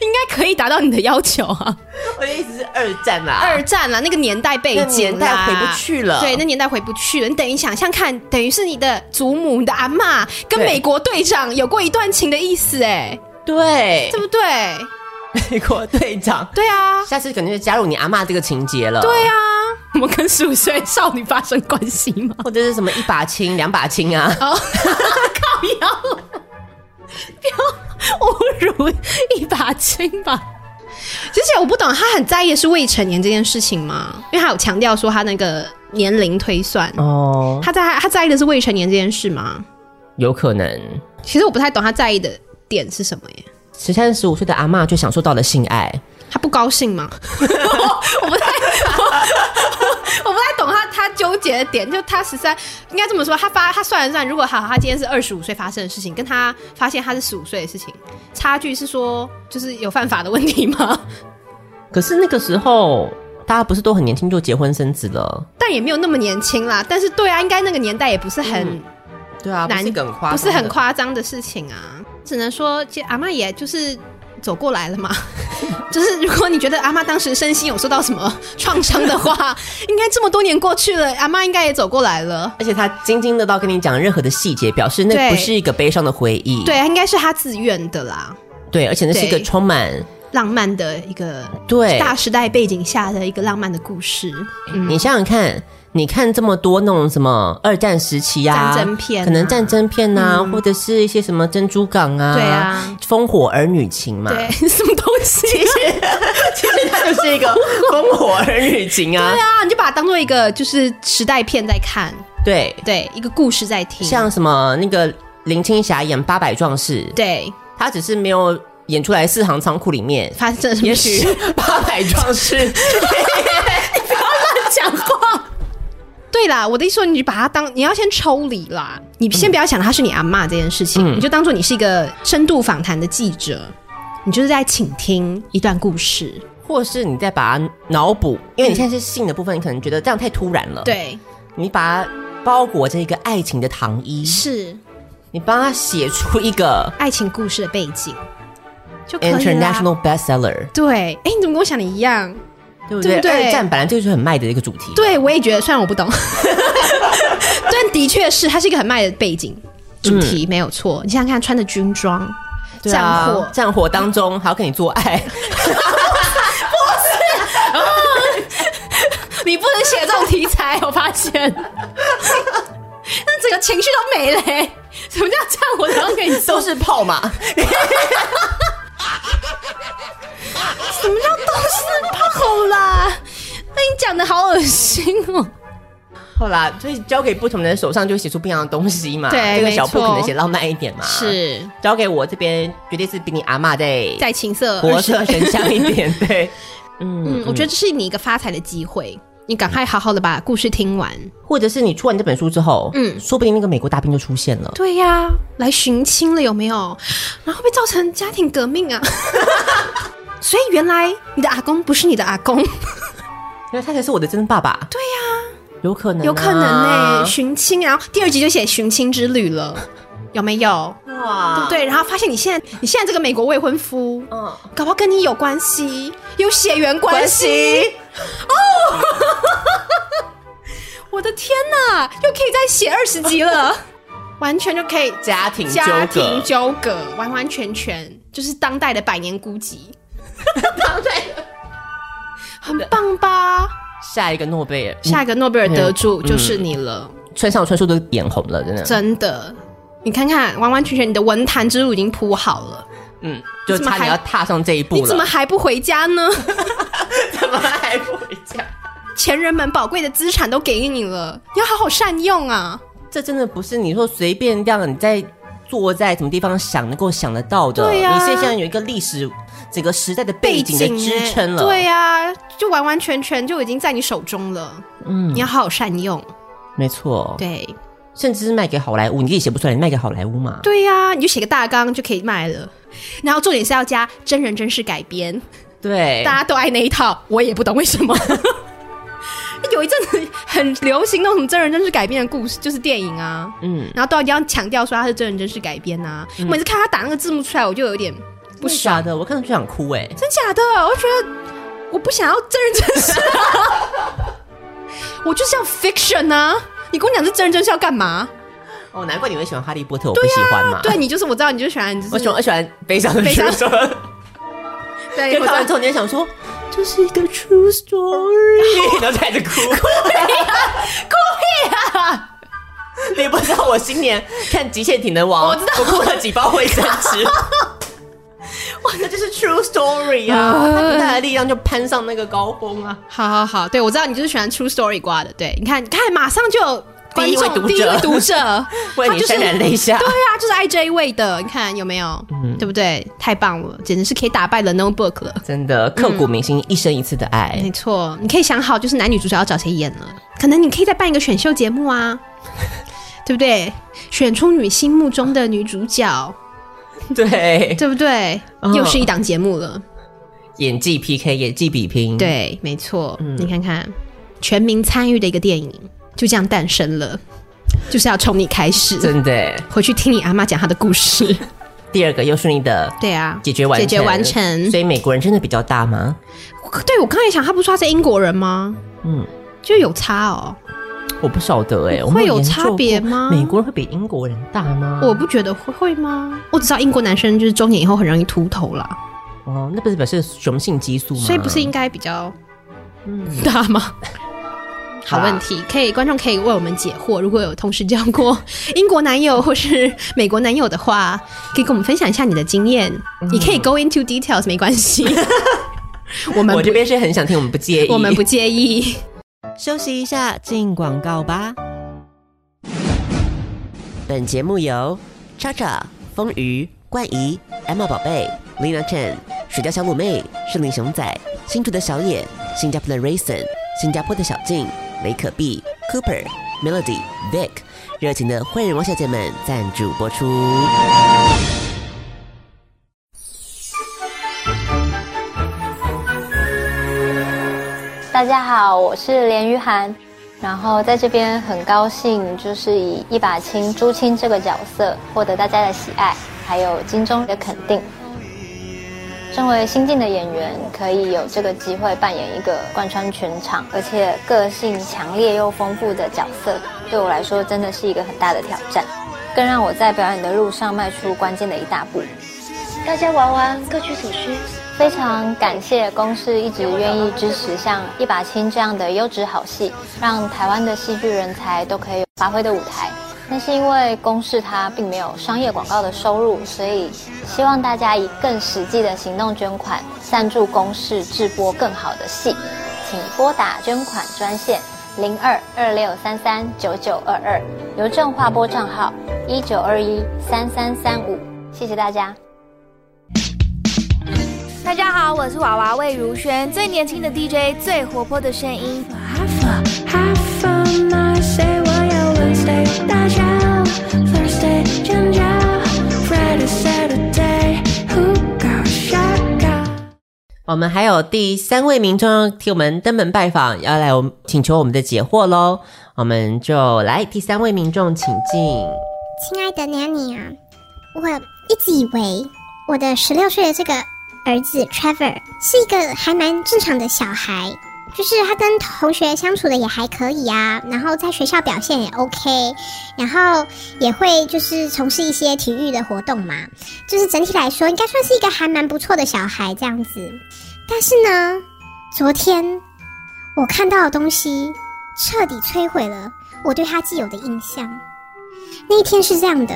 Speaker 3: 应该可以达到你的要求啊！
Speaker 2: 我我的意思是二战啊啦，
Speaker 3: 二战啊啦，那个年代背
Speaker 2: 那
Speaker 3: 景
Speaker 2: 年代
Speaker 3: 啦，
Speaker 2: 回不去了。
Speaker 3: 对，那年代回不去了。你等于想象看，等于是你的祖母、你的阿嬷跟
Speaker 2: 对
Speaker 3: 美国队长有过一段情的意思，哎，
Speaker 2: 对
Speaker 3: 对，不对？
Speaker 2: 美国队长，
Speaker 3: 对啊，
Speaker 2: 下次可能就加入你阿嬷这个情节了。
Speaker 3: 对啊，我们跟十五岁少女发生关系吗？
Speaker 2: 或者是什么一把青、两把青啊，
Speaker 3: 哦，靠腰了，不要侮辱一把青吧。而且我不懂，他很在意的是未成年这件事情吗？因为他有强调说他那个年龄推算，
Speaker 2: 哦，
Speaker 3: 他在他在意的是未成年这件事吗？
Speaker 2: 有可能
Speaker 3: 其实我不太懂他在意的点是什么耶。
Speaker 2: 十三十五岁的阿嬷就享受到了性爱，
Speaker 3: 他不高兴吗？我我不太 [laughs] 我我不太懂他他纠结的点，就他十三应该这么说，他发他算了算，如果好他今天是二十五岁发生的事情，跟他发现他是十五岁的事情，差距是说就是有犯法的问题吗？ [laughs]
Speaker 2: 可是那个时候大家不是都很年轻就结婚生子了？
Speaker 3: 但也没有那么年轻啦。但是对啊，应该那个年代也不是很、
Speaker 2: 对啊
Speaker 3: 难
Speaker 2: 很夸张的
Speaker 3: 不是很夸张的事情啊，只能说其实阿妈也就是走过来了嘛。 [laughs] 就是如果你觉得阿妈当时身心有受到什么创伤的
Speaker 2: [laughs]
Speaker 3: 话，应该这么多年过去了，阿妈应该也走过来了。
Speaker 2: 而且他津津乐道跟你讲任何的细节，表示那
Speaker 3: 对
Speaker 2: 不是一个悲伤的回忆，
Speaker 3: 对，应该是她自愿的啦，
Speaker 2: 对，而且那是一个
Speaker 3: 对
Speaker 2: 充满
Speaker 3: 浪漫的一个
Speaker 2: 对
Speaker 3: 大时代背景下的一个浪漫的故事。嗯
Speaker 2: 你想想看，你看这么多那种什么二战时期啊，
Speaker 3: 战争片啊嗯
Speaker 2: 可能战争片啊，或者是一些什么珍珠港啊，
Speaker 3: 对啊，
Speaker 2: 烽火儿女情嘛，
Speaker 3: 对， [laughs] 什么东西？ [laughs]
Speaker 2: 其实它 [laughs] 就是一个烽火儿女情啊
Speaker 3: 对，啊，你就把它当做一个就是时代片在看，
Speaker 2: 对，
Speaker 3: 对，一个故事在听，
Speaker 2: 像什么那个林青霞演八百壮士，
Speaker 3: 对
Speaker 2: 她只是没有演出来四行仓库里面，
Speaker 3: [laughs] 发生了什
Speaker 2: 也
Speaker 3: 么事
Speaker 2: 许。八百壮士
Speaker 3: 讲话。对啦，我的意思说，你把它当你要先抽离啦，你先不要想他是你阿嬷这件事情，
Speaker 2: 嗯
Speaker 3: 你就当做你是一个深度访谈的记者，你就是在倾听一段故事。
Speaker 2: 或是你再把它脑补，因为你现在是性的部分，你可能觉得这样太突然了，，
Speaker 3: 对，
Speaker 2: 你把它包裹着一个爱情的糖衣，
Speaker 3: 是
Speaker 2: 你帮他写出一个
Speaker 3: 爱情故事的背景就可以啊啦。
Speaker 2: international bestseller，
Speaker 3: 对，哎，你怎么跟我想的一样？
Speaker 2: 对不
Speaker 3: 对不对
Speaker 2: 二战本来这就是很卖的一个主题，
Speaker 3: 对，啊我也觉得，虽然我不懂， [laughs] 但的确是，它是一个很卖的背景主题，没有错。你想想看，穿着军装，
Speaker 2: 嗯对
Speaker 3: 战
Speaker 2: 啊
Speaker 3: 火，
Speaker 2: 战火当中还要跟你做
Speaker 3: [laughs]
Speaker 2: 爱，
Speaker 3: 你不能写这种题材， [laughs] 我发现，那整个情绪都没了、欸。什么叫这样？我刚跟你说，
Speaker 2: 都是炮嘛，
Speaker 3: 什么叫都是 [laughs] 炮啦？那你讲的好恶心哦、
Speaker 2: 好啦，所以交给不同人手上就会写出不一样的东西嘛，
Speaker 3: 对
Speaker 2: 这个小布
Speaker 3: 没错
Speaker 2: 可能写浪漫一点
Speaker 3: [laughs]
Speaker 2: 嘛，，
Speaker 3: 是
Speaker 2: 交给我这边绝对是比你阿嬷在
Speaker 3: 在情色
Speaker 2: 国色神香一点，对，
Speaker 3: [laughs] 嗯，我觉得这是你一个发财的机会，你赶快好好的把故事听完。
Speaker 2: 或者是你出完这本书之后，嗯，
Speaker 3: 嗯
Speaker 2: 说不定那个美国大兵就出现了，
Speaker 3: 对呀、来寻亲了有没有？然后被造成家庭革命啊！ [laughs] 所以原来你的阿公不是你的阿公。
Speaker 2: 因为他才是我的真爸爸，对呀，有可能啊，
Speaker 3: 有可能呢、寻亲，然后第二集就写寻亲之旅了， [laughs] 有没有？
Speaker 2: 哇，
Speaker 3: 对不对？然后发现你现在你现在这个美国未婚夫，嗯，搞不好跟你有关系，有血缘关系哦。 [laughs] 我的天哪，又可以再写二十集 [laughs] 了，完全就可以
Speaker 2: 家庭纠
Speaker 3: 家
Speaker 2: 葛
Speaker 3: 庭纠葛，完完全全就是当代的百年孤寂，当代的，很棒吧？
Speaker 2: 下一个诺贝尔，
Speaker 3: 下一个诺贝尔得主就是你了。
Speaker 2: 村上春树都眼红了，真的，
Speaker 3: 真的，你看看，完完全全你的文坛之路已经铺好了，
Speaker 2: 嗯，就
Speaker 3: 怎么
Speaker 2: 差点
Speaker 3: 还
Speaker 2: 要踏上这一步了。
Speaker 3: 你怎么还不回家呢？ [laughs]
Speaker 2: [laughs] 怎么还不回家？
Speaker 3: 前人们宝贵的资产都给你了，你要好好善用啊！
Speaker 2: 这真的不是你说随便让你在坐在什么地方想能够想得到的。
Speaker 3: 对呀
Speaker 2: 你现在有一个历史整个时代的背景的支
Speaker 3: 欸
Speaker 2: 撑了。
Speaker 3: 对、呀、就完完全全就已经在你手中了。嗯，你要好好善用。
Speaker 2: 没错。，
Speaker 3: 对，
Speaker 2: 甚至是卖给好莱坞，你自己写不出来，你卖给好莱坞嘛？
Speaker 3: 对呀、你就写个大纲就可以卖了。然后重点是要加真人真事改编，
Speaker 2: 对
Speaker 3: 大家都爱那一套，我也不懂为什么。 [laughs] 有一阵子很流行那种真人真事改编的故事，就是电影啊，
Speaker 2: 嗯
Speaker 3: 嗯，然后都一定要强调说它是真人真事改编啊。我每次看他打那个字幕出来，我就有点不
Speaker 2: 傻
Speaker 3: 爽，
Speaker 2: 的，我看到就想哭哎、
Speaker 3: 真假的，我就觉得我不想要真人真事 [laughs] 啊，我就是要 fiction 啊！你跟我讲这真人真事要干嘛？
Speaker 2: 哦，难怪你会喜欢哈利波特，我不喜欢嘛。
Speaker 3: 对，你就是我知道你就喜欢，你就
Speaker 2: 啊我喜
Speaker 3: 是
Speaker 2: 欢我喜欢悲伤的
Speaker 3: 悲伤
Speaker 2: 学生。
Speaker 3: 对，
Speaker 2: 就
Speaker 3: 我
Speaker 2: 看完
Speaker 3: 知
Speaker 2: 之
Speaker 3: 道
Speaker 2: 后，你就想说这是一个 true story，然后就 [laughs] 开始哭。啊你不知道我新年看《极限体能王》，我知道我哭了几包卫生纸。 [laughs] 哇，那就是 true story 啊！它给大家的力量就攀上那个高峰啊！
Speaker 3: 好好好，对我知道你就是喜欢 true story 挂的，对，你看，你看，马上就有观
Speaker 2: 第一位
Speaker 3: 众
Speaker 2: 读者
Speaker 3: 第一位读
Speaker 2: [laughs]
Speaker 3: 者
Speaker 2: 为你
Speaker 3: 他就是
Speaker 2: 潸然泪下嗯
Speaker 3: 对啊，就是 I J 位的，你看有没有？对不对？太棒了，简直是可以打败了 Notebook 了。
Speaker 2: 真的刻骨铭心，一生一次的爱
Speaker 3: 没。错，你可以想好，就是男女主角要找谁演了。可能你可以再办一个选秀节目
Speaker 2: [laughs]
Speaker 3: 啊，对不对？选出你心目中的女主角，
Speaker 2: 嗯对，
Speaker 3: 对不对？
Speaker 2: 嗯
Speaker 3: 又是一档节目了。
Speaker 2: [laughs] 演技 PK，演技比拼。，
Speaker 3: 对，没错，
Speaker 2: 嗯
Speaker 3: 你看看，全民参与的一个电影就这样诞生
Speaker 2: [laughs]
Speaker 3: 了，就是要从你开始。
Speaker 2: 真的。
Speaker 3: 回去听你阿妈讲她的故
Speaker 2: [laughs]
Speaker 3: 事。
Speaker 2: 第二个又是你的
Speaker 3: 对啊，
Speaker 2: 解决完
Speaker 3: 解决完成
Speaker 2: 所以美国人真的比较大吗？
Speaker 3: 对我刚才想，他不是说他是英国人吗？
Speaker 2: 嗯
Speaker 3: 嗯，就有差哦，
Speaker 2: 我不晓得哎、我
Speaker 3: 会
Speaker 2: 没
Speaker 3: 有
Speaker 2: 研
Speaker 3: 差
Speaker 2: 究过
Speaker 3: 别吗
Speaker 2: 美国人会比英国人大吗？
Speaker 3: 我不觉得会会吗？我只知道英国男生就是中年以后很容易秃头啦。
Speaker 2: 哦，那不是表示雄性激素吗？
Speaker 3: 所以不是应该比较
Speaker 2: 嗯
Speaker 3: 大
Speaker 2: [laughs]
Speaker 3: 吗？好问题，可以观众可以为我们解惑。如果有同时交过英国男友或是美国男友的话，可以跟我们分享一下你的经验。
Speaker 2: 嗯
Speaker 3: 你可以 go into details，没关
Speaker 2: [laughs]
Speaker 3: 系，我们
Speaker 2: 我这
Speaker 3: 不
Speaker 2: 边是很想听，我们不介意。
Speaker 3: 我们不介
Speaker 2: [laughs]
Speaker 3: 意。
Speaker 2: 休息一下，进广告吧。本节目由叉叉、风鱼、冠仪、Emma 宝贝、Lina Chen、水饺小卤妹、圣灵熊仔、新竹的小野、新加坡的 Raisin、新加坡的小静、雷可碧、Cooper、Melody、Vic，热情的坏人王小姐们赞助播出。
Speaker 6: 大家好，我是连于涵，然后在这边很高兴，就是以一把青朱青这个角色获得大家的喜爱，还有金钟的肯定。身为新晋的演员，可以有这个机会扮演一个贯穿全场，而且个性强烈又丰富的角色，对我来说真的是一个很大的挑战，更让我在表演的路上迈出关键的一大步。大家玩玩，各取所需。非常感谢公司一直愿意支持像《一把青》这样的优质好戏，让台湾的戏剧人才都可以有发挥的舞台。那是因为公视它并没有商业广告的收入，所以希望大家以更实际的行动捐款，赞助公视制播更好的戏。请拨打捐款专线零二二六三三九九二二，邮政划拨账号一九二一三三三五。谢谢大家。
Speaker 7: 大家好，我是娃娃魏如萱，最年轻的 DJ，最活泼的声音。
Speaker 2: 我们还有第三位民众要替我们登门拜访，要来我们请求我们的解惑喽。我们就来第三位民众请
Speaker 3: [laughs]
Speaker 2: 进。
Speaker 4: 亲爱的 Nanny 啊，我一直以为我的十六岁的这个儿子 Trevor 是一个还蛮正常的小孩，就是他跟同学相处的也还可以啊，然后在学校表现也 OK，然后也会就是从事一些体育的活动嘛，就是整体来说应该算是一个还蛮不错的小孩这样子。但是呢，昨天我看到的东西彻底摧毁了我对他既有的印象。那一天是这样的，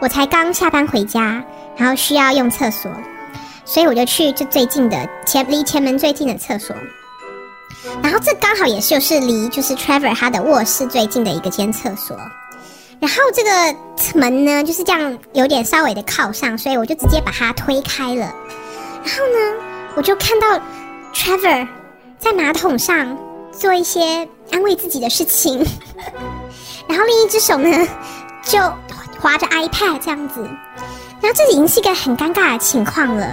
Speaker 4: 我才刚下班回家，然后需要用厕所，所以我就去这最近的前离前门最近的厕所。然后这刚好也就是离就是 Trevor 他的卧室最近的一个间厕所。然后这个门呢就是这样有点稍微的靠上，所以我就直接把它推开了。然后呢，我就看到 Trevor 在马桶上做一些安慰自己的事情，然后另一只手呢就划着 iPad 这样子，然后这已经是一个很尴尬的情况了。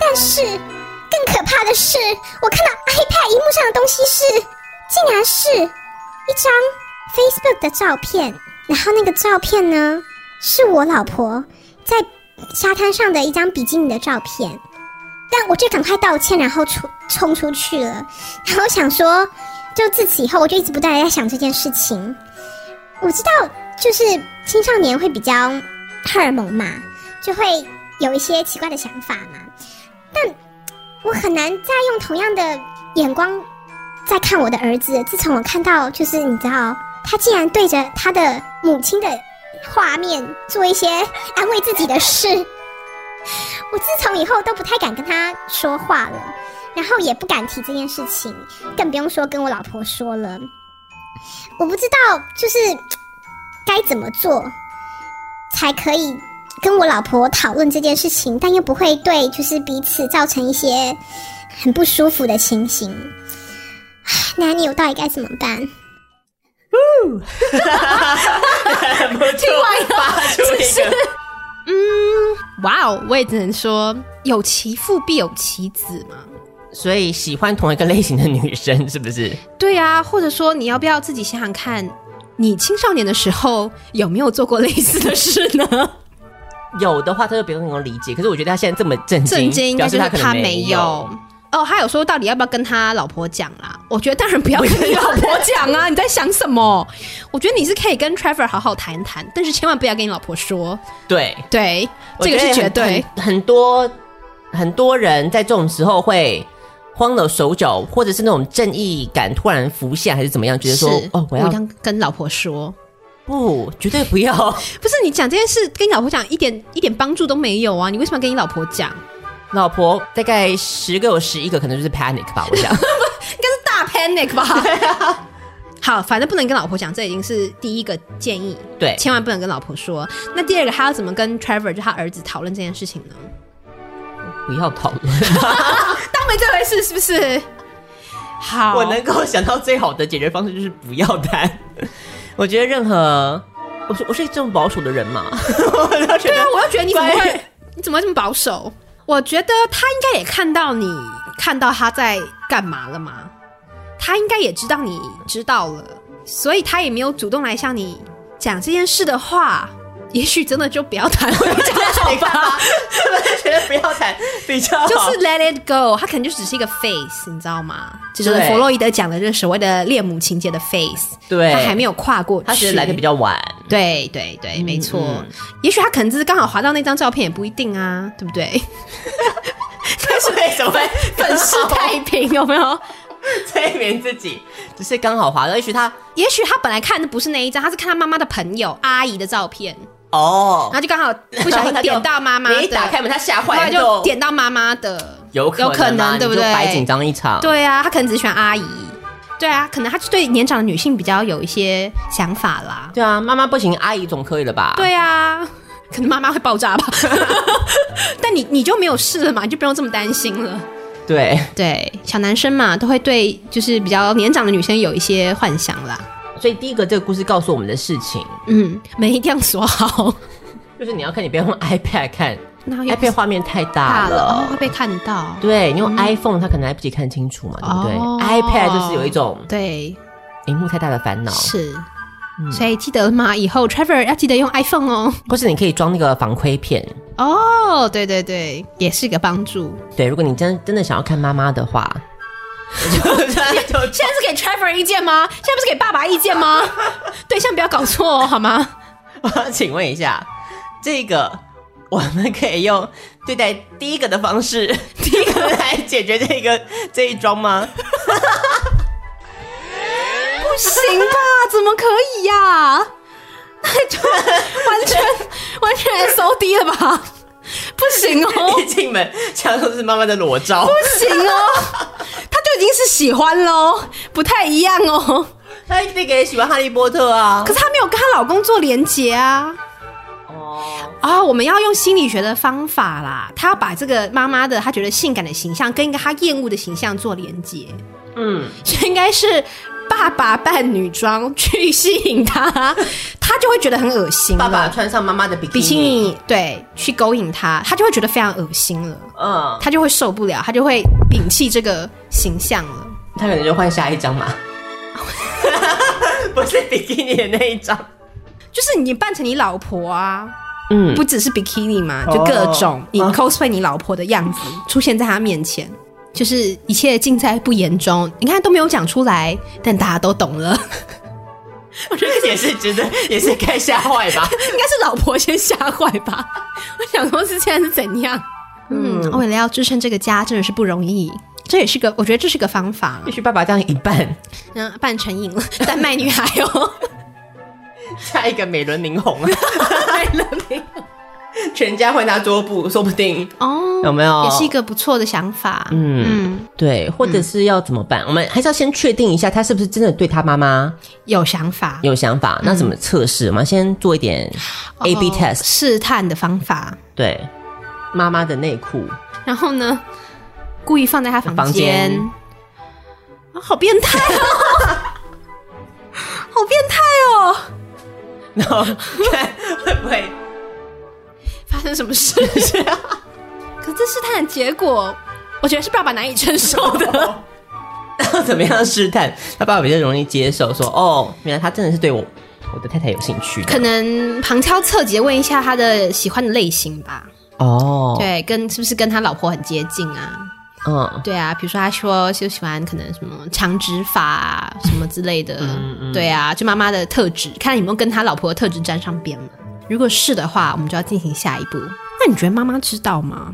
Speaker 4: 但是更可怕的是，我看到 iPad 荧幕上的东西是，竟然是一张 Facebook 的照片，然后那个照片呢是我老婆在沙滩上的一张比基尼的照片。但我就赶快道歉，然后出冲出去了。然后想说，就自此以后，我就一直不断的在想这件事情。我知道，就是青少年会比较荷尔蒙嘛，就会有一些奇怪的想法嘛。但我很难再用同样的眼光在看我的儿子。自从我看到，就是你知道，他竟然对着他的母亲的画面做一些安慰自己的事，我自从以后都不太敢跟他说话了，然后也不敢提这件事情，更不用说跟我老婆说了。我不知道，就是该怎么做才可以跟我老婆讨论这件事情，但又不会对就是彼此造成一些很不舒服的情形。那你我到底该怎么办？
Speaker 2: 很不错，发出一个
Speaker 3: 哇哦，我也只能说有其父必有其子嘛。
Speaker 2: 所以喜欢同一个类型的女生是不是？
Speaker 3: 对啊，或者说你要不要自己想想看，你青少年的时候有没有做过类似的事呢？
Speaker 2: 有的话，他就比较能够理解。可是我觉得他现在这么震惊，
Speaker 3: 震惊应
Speaker 2: 表
Speaker 3: 该
Speaker 2: 示
Speaker 3: 就是
Speaker 2: 可
Speaker 3: 他
Speaker 2: 能
Speaker 3: 没
Speaker 2: 有。
Speaker 3: 有。哦，他有说到底要不要跟他老婆讲
Speaker 2: [laughs]
Speaker 3: 啦？我觉得当然不要跟你老婆讲啊！你在想什么？我觉得你是可以跟 Trevor 好好谈谈，但是千万不要跟你老婆说。
Speaker 2: 对，
Speaker 3: 对，
Speaker 2: 我
Speaker 3: 这个
Speaker 2: 觉
Speaker 3: 是
Speaker 2: 得
Speaker 3: 绝
Speaker 2: 很
Speaker 3: 对。。
Speaker 2: 很很多很多人在这种时候会。慌了手脚，或者是那种正义感突然浮现，还是怎么样？觉得说
Speaker 3: 是
Speaker 2: 哦，我
Speaker 3: 我
Speaker 2: 要
Speaker 3: 一定跟老婆说。
Speaker 2: 不，绝对不要。
Speaker 3: 不是你讲这件事跟你老婆讲一点一点帮助都没有啊！你为什么要跟你老婆讲？
Speaker 2: 老婆大概十个有十一个可能就是 panic 吧，我想。
Speaker 3: [laughs] 大 panic [laughs] 吧。啊好，反正不能跟老婆讲，这已经是第一个建议，
Speaker 2: 对，
Speaker 3: 千万不能跟老婆说。那第二个，他要怎么跟 Trevor 就他儿子讨论这件事情呢？
Speaker 2: 不要讨论。
Speaker 3: 当没这回事，是不是？好，
Speaker 2: [laughs] 我能够想到最好的解决方式就是不要谈。 [laughs] 我觉得任何，我是我是这种保守的人嘛， [laughs] 我都觉
Speaker 3: 对啊
Speaker 2: 得，
Speaker 3: 我又觉得你怎么
Speaker 2: 乖
Speaker 3: 会，你怎么会这么保守？我觉得他应该也看到你看到他在干嘛了嘛，他应该也知道你知道了，所以他也没有主动来向你讲这件事的话，也许真的就不要谈
Speaker 2: [laughs]
Speaker 3: 了，比较好 [laughs] 吧。
Speaker 2: 觉得不要谈比较好。
Speaker 3: 就是 let it go，他可能就只是一个 face，你知道吗？就是
Speaker 2: 对
Speaker 3: 弗洛伊德讲的这所谓的恋母情节的 face，
Speaker 2: 对
Speaker 3: 他还没有跨过去，
Speaker 2: 他觉得来的比较晚，
Speaker 3: 对对对，没错。
Speaker 2: 嗯
Speaker 3: 也许他可能只是刚好滑到那张照片，也不一定啊，对不对？
Speaker 2: 但是 [laughs] 为什么会
Speaker 3: 粉饰太平有没有？
Speaker 2: 催眠自己？只是刚好滑到，也许他
Speaker 3: 也许他本来看的不是那一张，他是看他妈妈的朋友阿姨的照片，
Speaker 2: 哦
Speaker 3: 然，后就刚好不小
Speaker 2: 然后
Speaker 3: 心
Speaker 2: 他就
Speaker 3: 点到妈妈
Speaker 2: [laughs]
Speaker 3: 的，
Speaker 2: 你一打开门，他吓
Speaker 3: 后
Speaker 2: 坏
Speaker 3: 来
Speaker 2: 了，
Speaker 3: 就点到妈妈的，
Speaker 2: 有
Speaker 3: 有可
Speaker 2: 能啊
Speaker 3: 能对不
Speaker 2: 你就
Speaker 3: 对？
Speaker 2: 白紧张一场，
Speaker 3: 对啊，他可能只喜欢阿姨。对啊，可能他就对年长的女性比较有一些想法啦。
Speaker 2: 对啊，妈妈不行，阿姨总可以了吧？
Speaker 3: 对啊，可能妈妈会爆炸吧。 [laughs] 但你你就没有事了嘛，你就不用这么担心了。
Speaker 2: 对，
Speaker 3: 对，小男生嘛，都会对就是比较年长的女生有一些幻想啦。
Speaker 2: 所以第一个这个故事告诉我们的事情，
Speaker 3: 嗯，没一定要说好，
Speaker 2: 就是你要看，你不要用 iPad 看
Speaker 3: [laughs] 那又
Speaker 2: ，iPad 画面太
Speaker 3: 大
Speaker 2: 大
Speaker 3: 了、
Speaker 2: 了
Speaker 3: 哦、会。被看到。
Speaker 2: 对你用 iPhone，它可能来不及看清楚嘛，对不对、
Speaker 3: 哦
Speaker 2: i p a d 就是有一种
Speaker 3: 对，
Speaker 2: 荧幕太大的烦恼，
Speaker 3: 是。
Speaker 2: 嗯
Speaker 3: 所以记得嘛，以后 Trevor 要记得用 iPhone 哦。
Speaker 2: 或是你可以装那个防窥片。
Speaker 3: 哦，对对对，也是个帮助。
Speaker 2: 对，如果你真真的想要看妈妈的话，
Speaker 3: 现在是给 Trevor 意见吗？现在不是给爸爸意见吗？ [laughs] 对象不要搞错哦，好吗？
Speaker 2: 我要请问一下，这个我们可以用对待第一个的方式，第一个来解决这个这一桩吗？
Speaker 5: 不行吧？怎么可以呀、
Speaker 3: [laughs] 完全完全 S O D 了吧？不行哦，
Speaker 2: 一进门，墙上都是妈妈的裸 [laughs] 照，
Speaker 5: 不行哦，他就已经是喜欢喽，
Speaker 3: 哦不太一样哦。
Speaker 2: 她一定也喜欢哈利波特啊
Speaker 3: 可。是她没有跟她老公做连结啊。
Speaker 2: 哦，
Speaker 3: 啊、我们要用心理学的方法啦，她要把这个妈妈的她觉得性感的形象跟一个她厌恶的形象做连结，
Speaker 2: 嗯，
Speaker 3: 所以应该是爸爸扮女装去吸引她，她就会觉得很恶心啊了。
Speaker 2: 爸爸穿上妈妈的比
Speaker 3: 比基，尼对去勾引她，她就会觉得非常恶心了，
Speaker 2: 嗯，
Speaker 3: 她就会受不了，她就会摒弃这个形象了。
Speaker 2: 他可能就换下一 [laughs] 张嘛，不是比基尼的那一张。
Speaker 3: 就是你扮成你老婆啊，
Speaker 2: 嗯
Speaker 3: 不只是 bikini 嘛，就
Speaker 2: 哦
Speaker 3: 各种你
Speaker 2: 啊
Speaker 3: cosplay 你老婆的样子出现在他面前，就是一切尽在不言中。你看都没有讲出来，但大家都懂了。 [laughs]
Speaker 2: 我觉得也是值得，也是该吓坏吧。
Speaker 3: 应该是老婆先吓坏吧？ [laughs] 我想说是现在是怎样？嗯，为了要支撑这个家，真的是不容易。这也是个，我觉得这是个方法了
Speaker 2: 必。须爸爸这样一半，
Speaker 3: 嗯，半成瘾了， [laughs] 丹麦女孩哦。
Speaker 2: 下一个美轮明宏啊， [laughs] 美轮明宏，全家会拿桌布，说不定
Speaker 3: [laughs] 哦，
Speaker 2: 有没有
Speaker 3: 也是一个不错的想法。
Speaker 2: 嗯
Speaker 3: 嗯，
Speaker 2: 对，或者是要怎么办？我们还是要先确定一下他是不是真的对他妈妈
Speaker 3: 有想法
Speaker 2: 有想法。那怎么测试？我们要先做一点 A B
Speaker 3: 哦
Speaker 2: test，
Speaker 3: 试探的方法。
Speaker 2: 对，妈妈的
Speaker 3: [laughs]
Speaker 2: 内裤，
Speaker 3: 然后呢，故意放在他房
Speaker 2: 房间
Speaker 3: 啊好变态哦！ [laughs] 好变态哦！
Speaker 2: 然后看会不会 [laughs]
Speaker 3: 发生什么事？ [laughs] 可是这试探的结果，我觉得是爸爸难以承受 [laughs] 的。
Speaker 2: 要怎么样试探？他爸爸比较容易接受说，哦，原来他真的是对我我的太太有兴趣
Speaker 3: 可
Speaker 2: 的。
Speaker 3: 能旁敲侧击地问一下他的喜欢的类型吧，
Speaker 2: 哦，，
Speaker 3: 对，跟是不是跟他老婆很接近啊？
Speaker 2: 嗯，
Speaker 3: 对啊，比如说他说就喜欢可能什么长直发啊什么之类的，
Speaker 2: 嗯嗯
Speaker 3: 对啊，就妈妈的特质，看有没有跟他老婆的特质沾上边嘛。如果是的话，我们就要进行下一步。那你觉得妈妈知道吗？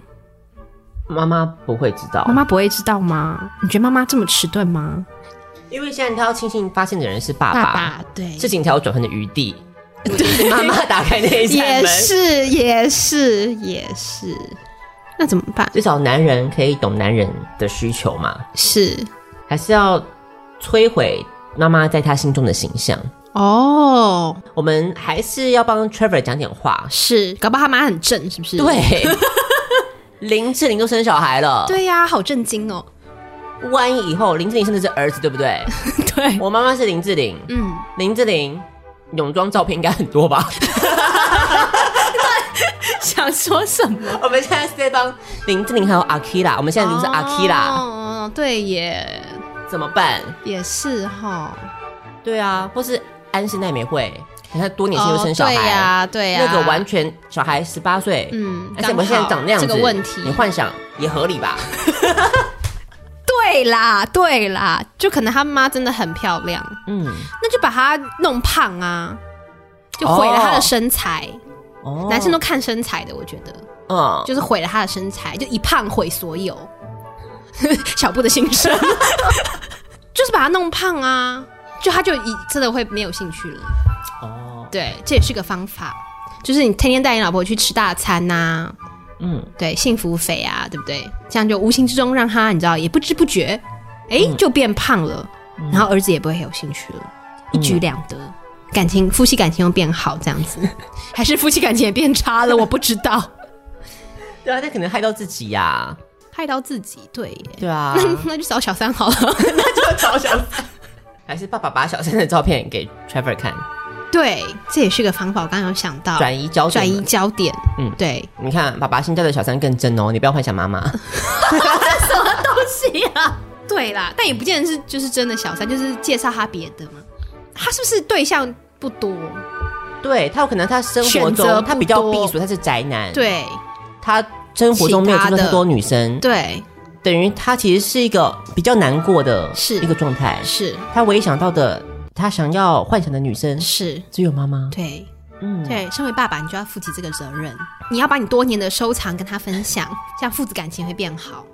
Speaker 2: 妈妈不会知道，
Speaker 3: 妈妈不会知道吗？你觉得妈妈这么迟钝吗？
Speaker 2: 因为现在他要庆幸发现的人是爸
Speaker 3: 爸对，
Speaker 2: 事情才有转换的余地。对，妈妈打开那一扇
Speaker 3: 也
Speaker 2: 门，
Speaker 3: 是也是也是，那怎么办？
Speaker 2: 至少男人可以懂男人的需求嘛，
Speaker 3: 是
Speaker 2: 还是要摧毁妈妈在他心中的形象。
Speaker 3: 哦，
Speaker 2: 我们还是要帮 Trevor 讲点话。
Speaker 3: 是，搞不好他妈很正，是不是？，
Speaker 2: 对，林志玲都生小孩
Speaker 3: [laughs]
Speaker 2: 了，，
Speaker 3: 对呀、好震惊哦。
Speaker 2: 万一以后林志玲生的是儿子，对不
Speaker 3: [laughs]
Speaker 2: 对？
Speaker 3: 对，
Speaker 2: 我妈妈是林志玲，
Speaker 3: 嗯，
Speaker 2: 林志玲泳装照片应该很
Speaker 3: [laughs]
Speaker 2: 多吧？
Speaker 3: 想说什么？
Speaker 2: 我们现在是在帮林志玲还有 Akira，我们现在已经是 Akira，、
Speaker 3: 哦，对耶，
Speaker 2: 怎么办？
Speaker 3: 也是哈。
Speaker 2: 对啊，或是安室奈美惠，你看多年前就
Speaker 3: 哦，
Speaker 2: 生小孩，
Speaker 3: 对呀、对呀、
Speaker 2: 那个完全小孩十八岁，
Speaker 3: 嗯
Speaker 2: 而且我们现在长那样子，
Speaker 3: 刚好这个问题
Speaker 2: 你幻想也合理吧？
Speaker 3: 对啦，对啦，就可能他妈真的很漂亮， [laughs]
Speaker 2: 嗯，
Speaker 3: 那就把她弄胖啊，就毁了她的身材。
Speaker 2: 哦
Speaker 3: 男生都看身材的，我觉得
Speaker 2: 嗯，
Speaker 3: 就是毁了她的身材，就一胖毁所有。 [laughs] 小布的心声， [laughs] 就是把她弄胖啊，就她就一真的会没有兴趣了。
Speaker 2: 哦，
Speaker 3: 对，这也是个方法，就是你天天带你老婆去吃大餐呐、
Speaker 2: 嗯，
Speaker 3: 对，幸福肥啊，对不对？这样就无形之中让她，你知道，也不知不觉，哎，
Speaker 2: 嗯
Speaker 3: 就变胖了，然后儿子也不会有兴趣了，一举
Speaker 2: 嗯
Speaker 3: 两得，感情夫妻感情又变好，这样子， [laughs] 还是夫妻感情也变差了，我不知道，
Speaker 2: 对啊，那可能害到自己呀、
Speaker 3: [laughs] 害到自己，对耶，
Speaker 2: 对啊 [laughs]
Speaker 3: 那 [laughs] 那就找小三好了， [laughs]
Speaker 2: 就找小三，还是爸爸把小三的照片给 Trevor 看，
Speaker 3: 对，这也是个方法，我刚刚有想到
Speaker 2: 转移焦点，
Speaker 3: 转移。焦点，
Speaker 2: 嗯
Speaker 3: 对，
Speaker 2: 你看，爸爸新交的小三更真哦，你不要幻想妈
Speaker 3: [laughs]
Speaker 2: 妈。
Speaker 3: 东西啊。对啦，但也不见得是就是真的小三，就是介绍他别的嘛。他是不是对象不多？
Speaker 2: 对他有可能他生活
Speaker 3: 选择
Speaker 2: 中
Speaker 3: 不
Speaker 2: 他比较
Speaker 3: 多
Speaker 2: 避暑，他是宅男，，
Speaker 3: 对
Speaker 2: 他生活中没有接触
Speaker 3: 其他
Speaker 2: 到
Speaker 3: 的
Speaker 2: 太多女生，
Speaker 3: 对
Speaker 2: 等于他其实是一个比较难过的
Speaker 3: 是
Speaker 2: 一个状态。
Speaker 3: 是
Speaker 2: 他唯一想到的，他想要幻想的女生
Speaker 3: 是，
Speaker 2: 只有妈妈。
Speaker 3: 对
Speaker 2: 嗯，
Speaker 3: 对。身为爸爸，你就要负起这个责任，你要把你多年的收藏跟他分享， [laughs] 这样父子感情会变好。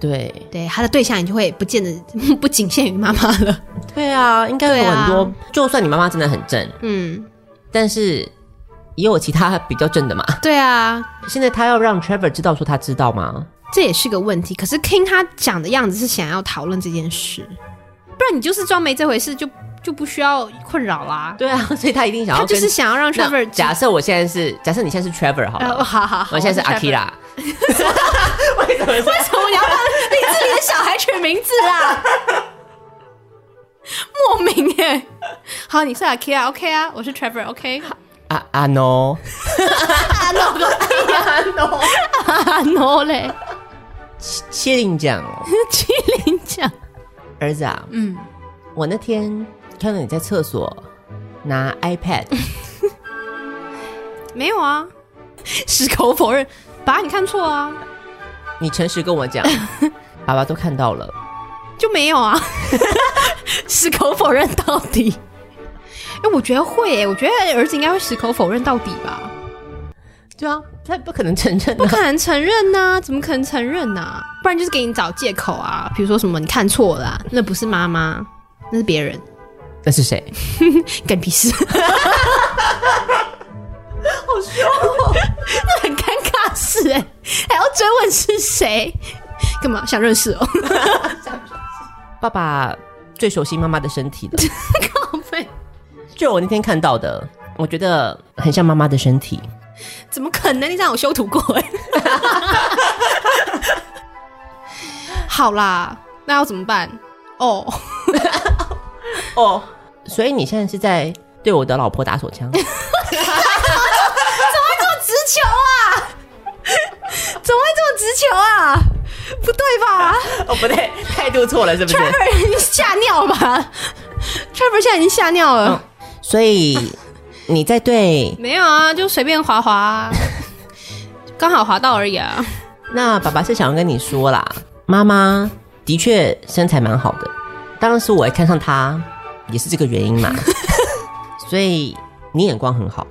Speaker 2: 对
Speaker 3: 对他的对象，你就会不见得 [laughs] 不仅限于妈妈了。
Speaker 2: 对啊，应该
Speaker 3: 对
Speaker 2: 有
Speaker 3: 啊
Speaker 2: 很多。就算你妈妈真的很正，
Speaker 3: 嗯，
Speaker 2: 但是也有其他比较正的嘛。
Speaker 3: 对啊，
Speaker 2: 现在他要让 Trevor 知道说他知道吗？
Speaker 3: 这也是个问题。可是听他讲的样子是想要讨论这件事，不然你就是装没这回事就，就不需要困扰啦。
Speaker 2: 对啊， [laughs] 所以他一定想要
Speaker 3: 他就
Speaker 2: 跟
Speaker 3: 是想要让
Speaker 2: 那
Speaker 3: Trevor
Speaker 2: 假设我现在是，假设你现在是 Trevor 好了，
Speaker 3: 呃， [laughs] 好好好，
Speaker 2: 我现在是
Speaker 3: 我 Trevor
Speaker 2: Akira。为什么？为什么？
Speaker 3: 我聊到林志玲的小孩取名字啊， [laughs] 莫名哎、好，你是 Akira OK 啊，我是 Trevor OK。
Speaker 2: 啊啊 no！
Speaker 3: 啊 no 嘞，
Speaker 2: 谢令讲哦，
Speaker 3: [laughs]
Speaker 2: [laughs]
Speaker 3: 麒麟奖。
Speaker 2: 儿子啊，
Speaker 3: 嗯，
Speaker 2: 我那天看到你在 [laughs] 厕所拿 iPad，
Speaker 3: 没有啊，矢口否认。爸，你看错啊，
Speaker 2: 你诚实跟我 [laughs] 讲，爸爸都看到了。
Speaker 3: 就没有啊， [laughs] 矢口否认到底。哎、我觉得会耶、我觉得儿子应该会矢口否认到底吧，
Speaker 2: 对啊，他不可能承认啊
Speaker 3: 不
Speaker 2: 的。
Speaker 3: 可能承认呐、怎么可能承认呐、不然就是给你找借口啊，比如说什么你看错了啊、那不是妈妈，那是别人，
Speaker 2: [laughs] 那是谁？
Speaker 3: 干你屁事，好凶、那很尴尬的事哎、还要追问是谁，干嘛想认识哦？ [laughs]
Speaker 2: 爸爸最熟悉妈妈的身体 [laughs] 了。
Speaker 3: 浪费，
Speaker 2: 就我那天看到的，我觉得很像妈妈的身体。
Speaker 3: 怎么可能？你让我修图过哎、好啦，那要怎么办？哦，
Speaker 2: 哦，所以你现在是在对我的老婆打手枪？
Speaker 3: 直球啊！怎么会这么直球啊？不对吧
Speaker 2: [laughs] 哦，不对，态度错了，是不是？
Speaker 3: ？Trevor 已经 [laughs] 吓尿吧？Trevor 现在已经吓尿了。
Speaker 2: 所以你在对
Speaker 3: 没有啊，就随便滑滑、啊，刚好滑到而已啊。
Speaker 2: 那爸爸是想要跟你说啦，妈妈的确身材蛮好的，当时我也看上她，也是这个原因 [laughs] 嘛。所以你眼光很好，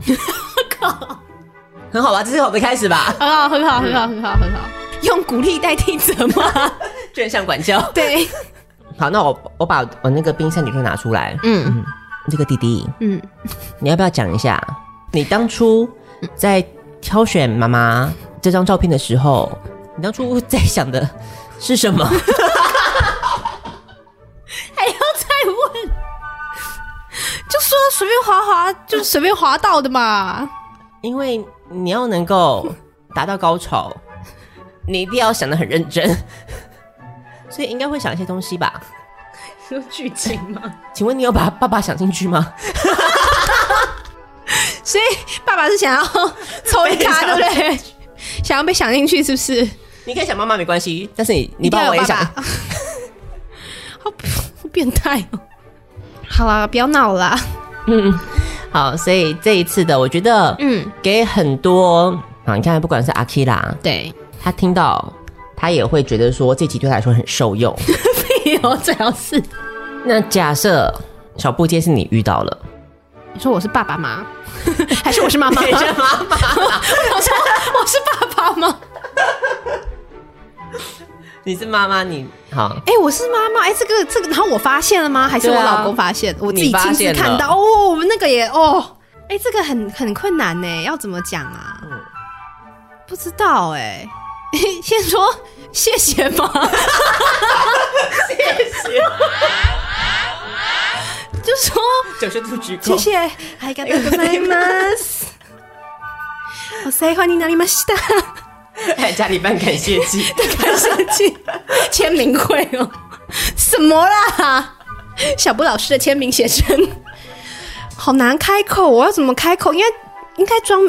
Speaker 2: 很好吧？这是好的开始吧？
Speaker 3: 很好，哦很好，很好，很好，很好。用鼓励代替责 [laughs] 骂，
Speaker 2: 正向管教。
Speaker 3: 对，
Speaker 2: 好，那我我把我那个冰山理论拿出来。
Speaker 3: 嗯
Speaker 2: 嗯，这个弟弟，
Speaker 3: 嗯，
Speaker 2: [laughs] 你要不要讲一下，你当初在挑选妈妈这张照片的时候，你当初在想的是什么？ [laughs]
Speaker 3: 还要再问，就说随便滑滑，就随便滑到的嘛。
Speaker 2: 因为你要能够达到高潮，你一定要想的很认真，所以应该会想一些东西吧？
Speaker 3: [laughs] 说剧情吗？
Speaker 2: 请问你有把爸爸想进去吗？ [laughs]
Speaker 3: 所以爸爸是想 [laughs] 要抽一卡，对不对？想要被想进去，是不是？
Speaker 2: 你可以想妈妈没关系，但是你你
Speaker 3: 一定
Speaker 2: 帮
Speaker 3: 要
Speaker 2: 我
Speaker 3: 有爸
Speaker 2: 也想，
Speaker 3: 爸。好好变态哦！好啦，不要闹啦。
Speaker 2: 好，所以这一次的我觉得，
Speaker 3: 嗯，
Speaker 2: 给很多啊，你看不管是阿 K 啦，
Speaker 3: 对，
Speaker 2: 他听到他也会觉得说这集对他来说很
Speaker 3: [laughs]
Speaker 2: 受用。
Speaker 3: 屁哦，最好是
Speaker 2: 那假设小布今天是你遇到了，
Speaker 3: 你说我是爸爸吗？ [laughs] 还是我是妈 [laughs] 妈？
Speaker 2: 你是妈妈
Speaker 3: 我说我是爸爸吗？
Speaker 2: [laughs] 你是妈妈，你好，
Speaker 3: 哎、我是妈妈，哎、这个这个，然后我发现了吗？还是
Speaker 2: 对
Speaker 3: 我
Speaker 2: 啊
Speaker 3: 老公发现？我自己
Speaker 2: 你发
Speaker 3: 亲自
Speaker 2: 现
Speaker 3: 看
Speaker 2: 了
Speaker 3: 到哦，我们那个也哦，哎、这个很很困难呢，要怎么讲啊？
Speaker 2: 嗯
Speaker 3: 不知道哎，先说 [laughs] 谢谢吧，谢谢，就说
Speaker 2: 九十度鞠
Speaker 3: 谢谢，ありがとうござい
Speaker 2: [laughs]
Speaker 3: ます。我最欢迎你们した。
Speaker 2: 还 [laughs] 有家里办感谢祭，
Speaker 3: 看上去签名会哦，什么啦？小布老师的签名写真，好难开口，我要怎么开口？应该应该装，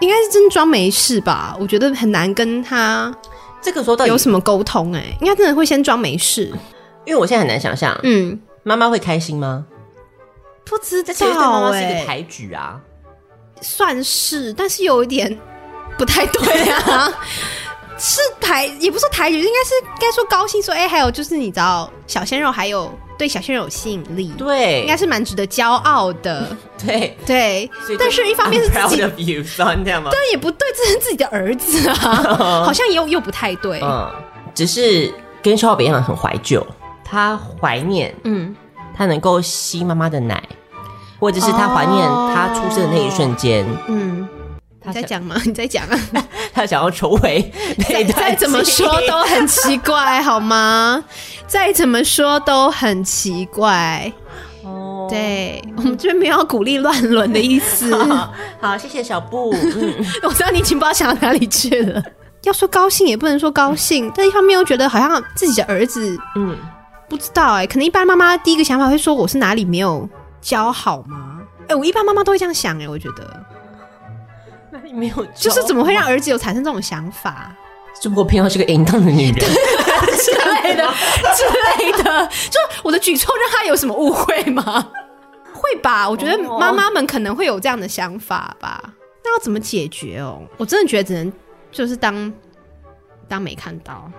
Speaker 3: 应该是真装没事吧？我觉得很难跟他
Speaker 2: [laughs] 这个时候到底
Speaker 3: 有什么沟通、哎，应该真的会先装没事。
Speaker 2: 因为我现在很难想象，
Speaker 3: 嗯，
Speaker 2: 妈妈会开心吗？
Speaker 3: 不知
Speaker 2: 这其实对妈
Speaker 3: 道
Speaker 2: 妈是一
Speaker 3: 哎、
Speaker 2: 个抬举啊。
Speaker 3: 算是，但是有一点不太对啊。
Speaker 2: [laughs]
Speaker 3: 是抬，也不是说抬举，应该是应该说高兴说，哎、还有就是你知道，小鲜肉还有对小鲜肉有吸引力，
Speaker 2: 对，
Speaker 3: 应该是蛮值得骄傲的。
Speaker 2: 对。
Speaker 3: 对
Speaker 2: 嗯所以，就
Speaker 3: 但是一方面是
Speaker 2: I'm
Speaker 3: 自己
Speaker 2: proud，of you，算这样吗？
Speaker 3: 但也不对，这是自己的儿子
Speaker 2: [laughs]
Speaker 3: 啊，好像又又不太对。
Speaker 2: 嗯，只是跟肖北一样很怀旧，他怀念
Speaker 3: 嗯，
Speaker 2: 他能够吸妈妈的奶，或者是他怀念他出生的那一瞬间，
Speaker 3: 嗯，你
Speaker 2: 想
Speaker 3: 在讲吗？ [laughs] 你在讲啊？
Speaker 2: 他想要重回那
Speaker 3: 再
Speaker 2: 一段
Speaker 3: 再怎么说
Speaker 2: 记忆
Speaker 3: 都很奇怪，好吗？再怎么说都很奇怪。哦，对我们这边没有要鼓励乱伦的意思。
Speaker 2: [laughs]
Speaker 3: [laughs]
Speaker 2: 好好，谢谢小布。嗯，
Speaker 3: 我知道你已经不知道想到哪里去了。 [laughs] 要说高兴也不能说高兴，但一方面又觉得好像自己的儿子，嗯
Speaker 2: 嗯，
Speaker 3: 不知道哎、可能一般妈妈第一个想法会说我是哪里没有教好吗？哎、我一般妈妈都会这样想哎、我觉得
Speaker 2: 那你没有，
Speaker 3: 就是怎么会让儿子有啊产生这种想法
Speaker 2: 如果偏要是个淫荡的女人，
Speaker 3: 之类 [laughs] 的之类的？就是我的举措让他有什么 [laughs] 误会吗？会吧？我觉得妈妈们可能会有这样的想法吧。哦那要怎么解决哦？我真的觉得只能就是当当没看到。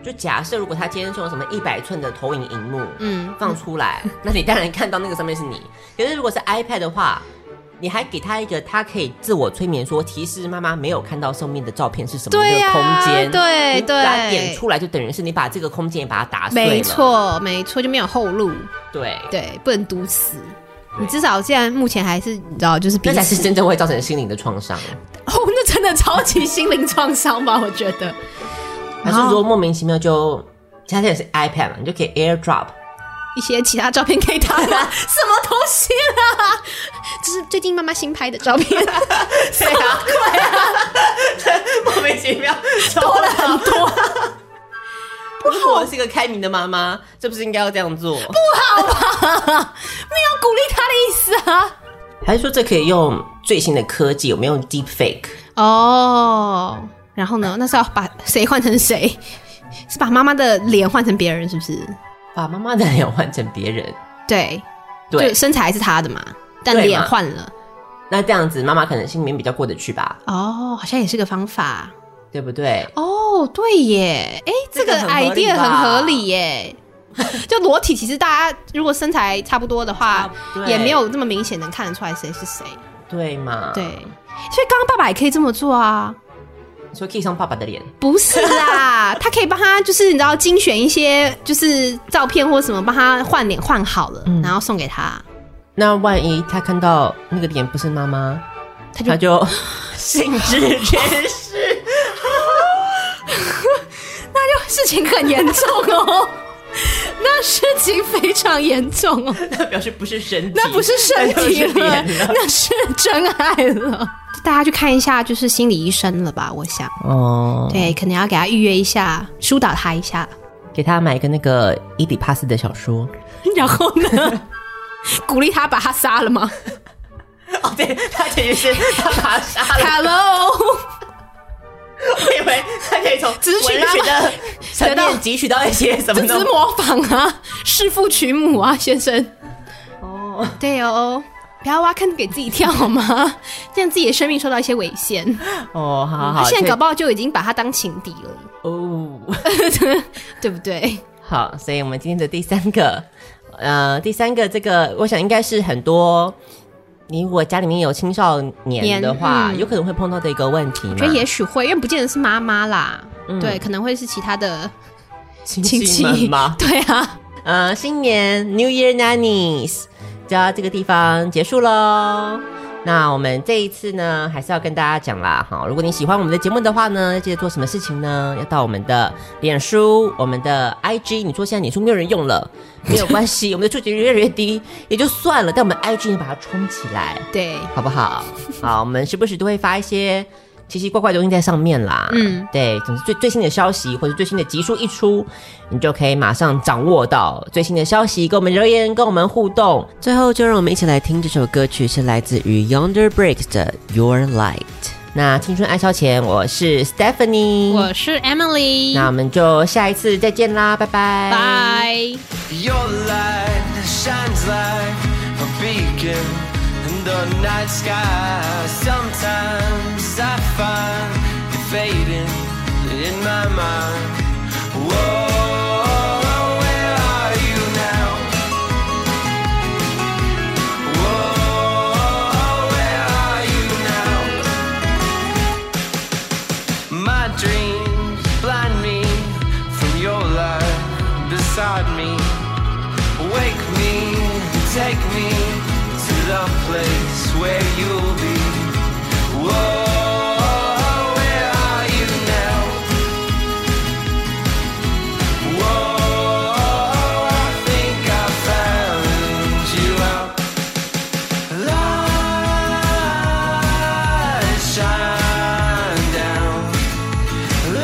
Speaker 2: 就假设如果他今天是用什么一百寸的投影荧幕，
Speaker 3: 嗯，
Speaker 2: 放出来， [laughs] 那你当然看到那个上面是你。可是如果是 iPad 的话，你还给他一个他可以自我催眠说提示妈妈没有看到上面的照片是什么
Speaker 3: 对
Speaker 2: 的
Speaker 3: 呀
Speaker 2: 空间，
Speaker 3: 对
Speaker 2: 你把它
Speaker 3: 对
Speaker 2: 点出来就等于是你把这个空间也把它打碎了，
Speaker 3: 没，错，没错，就没有后路。
Speaker 2: 对，
Speaker 3: 对，不能堵死。你至少现在目前还是你知道，就是彼
Speaker 2: 那才是
Speaker 3: 此
Speaker 2: 真正会造成心灵的创伤。
Speaker 3: [laughs] 哦，那真的超级心灵创伤吧？我觉得
Speaker 2: 还是说莫名其妙就，现在也是 iPad 嘛，你就可以 AirDrop。
Speaker 3: 一些其他照片给他 [laughs] 们，什么东西啦？这是最近妈妈新拍的照 [laughs] 片，
Speaker 2: 对啊，对啊，莫名其妙多了很多。如果我是一个开明的妈妈，这不是应该要这样做？
Speaker 3: 要鼓励他的意思啊。
Speaker 2: 还是说这可以用最新的科技？有没有用 Deep Fake？
Speaker 3: 哦，然后呢？那是要把谁换成谁？是把妈妈的脸换成别人，是不是？
Speaker 2: 把妈妈的脸换成别人？
Speaker 3: 对，
Speaker 2: 对
Speaker 3: 就，身材还是他的嘛，但
Speaker 2: 对嘛
Speaker 3: 脸换了。
Speaker 2: 那这样子妈妈可能心里面比较过得去吧，
Speaker 3: 哦，好像也是个方法。
Speaker 2: 对不对？
Speaker 3: 哦，对耶，哎，这
Speaker 2: 这
Speaker 3: 个
Speaker 2: 个很合理
Speaker 3: idea
Speaker 2: 吧
Speaker 3: 很合理 [laughs] 耶。就裸体，其实大家如果身材差不多的话，
Speaker 2: 对
Speaker 3: 也没有那么明显能看得出来谁是谁。
Speaker 2: 对嘛？
Speaker 3: 对，，所以刚刚爸爸也可以这么做啊。
Speaker 2: 所以可以上爸爸的脸，
Speaker 3: 不是 [laughs] 啦，他可以帮他就是你知道精选一些就是照片或什么，帮他换脸换好了，然后送给他。
Speaker 2: 那万一他看到那个脸不是妈妈，他
Speaker 3: 就
Speaker 2: 就 [laughs] 兴致 [laughs] 缺失。
Speaker 3: 事情很严重 [laughs] 哦，那事情非常严重 [laughs] 哦。
Speaker 2: 那表示不是身体，
Speaker 3: 那不是身体
Speaker 2: 那就是
Speaker 3: 了，
Speaker 2: 脸了。
Speaker 3: 那是真爱了。大家去看一下，就是心理医生了吧？我想，
Speaker 2: 哦，
Speaker 3: 对，可能要给他预约一下，疏导他一下。
Speaker 2: 给他买一个那个伊底帕斯的小说。
Speaker 3: [laughs] 然后呢， [laughs] 鼓励他把他杀了吗
Speaker 2: 哦，对，他等于是他把他杀
Speaker 3: [laughs] ？Hello， [laughs]
Speaker 2: 我以为他可以从
Speaker 3: 只是取
Speaker 2: 文学
Speaker 3: 妈妈
Speaker 2: 的 [laughs] 层
Speaker 3: 得到
Speaker 2: 面汲取到一些什
Speaker 3: 这
Speaker 2: 么
Speaker 3: 只
Speaker 2: 东
Speaker 3: 是
Speaker 2: 西。
Speaker 3: 模仿啊，弑父娶母啊，先生。哦，对哦，不要挖坑给自己跳好吗？ [laughs] 这样自己的生命受到一些危险。
Speaker 2: 哦，好好
Speaker 3: 他
Speaker 2: 好，
Speaker 3: 现在
Speaker 2: 所以
Speaker 3: 搞不好就已经把他当情敌了，
Speaker 2: 哦， [laughs]
Speaker 3: 对不对？
Speaker 2: 好，所以我们今天的第三个，呃，第三个这个，我想应该是很多。你如果家里面有青少年的话，
Speaker 3: 年嗯
Speaker 2: 有可能会碰到的一个问题嘛，
Speaker 3: 我觉得也许会，因为不见得是妈妈啦，
Speaker 2: 嗯
Speaker 3: 对，可能会是其他的
Speaker 2: 亲
Speaker 3: 亲
Speaker 2: 戚
Speaker 3: 戚
Speaker 2: 们
Speaker 3: [laughs]
Speaker 2: 吗？
Speaker 3: 对啊，
Speaker 2: 呃，新年 New Year Nannies 就到这个地方结束喽。那我们这一次呢，还是要跟大家讲啦，哈，如果你喜欢我们的节目的话呢，记得做什么事情呢？要到我们的脸书、我们的 IG，你说现在脸书没有人用了，没有关系，我们的触及率越来越低也就算了，但我们 IG 也把它冲起来，
Speaker 3: 对，
Speaker 2: 好
Speaker 3: [laughs]
Speaker 2: 不好？好，我们时不时都会发一些奇奇怪怪的东西在上面啦。
Speaker 3: 嗯，
Speaker 2: 对，总之最最新的消息或者最新的集数一出，你就可以马上掌握到最新的消息，跟我们留言，跟我们互动。最后，就让我们一起来听这首歌曲，是来自于 Yonder Breaks 的《Your Light》。那青春爱消遣，我是 Stephanie，
Speaker 3: 我是 Emily，
Speaker 2: 那我们就下一次再见啦，拜拜，
Speaker 3: 拜。
Speaker 8: Your light shines like a beacon in the night sky. Sometimes I find you fading in my mind. Whoa, where are you now? Whoa, where are you now? My dreams blind me from your light beside me. Wake me, take me to the place where you'll be. Whoa, where are you now? Whoa, I think I found you out. Light shine down.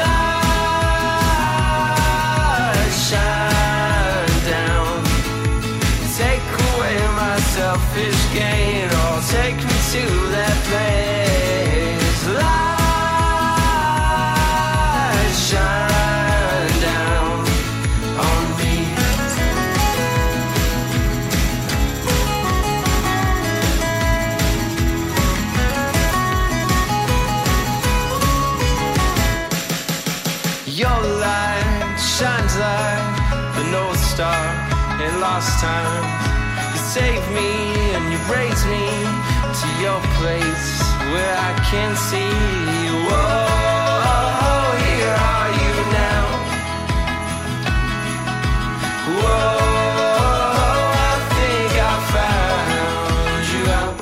Speaker 8: Light shine down. Take away my selfish gain or take me to that place. Light shine down on me. alive, the North Star in lost time. You saved me and you raised me to your place where I can see you. Whoa, here are you now. Whoa, I think I found you out.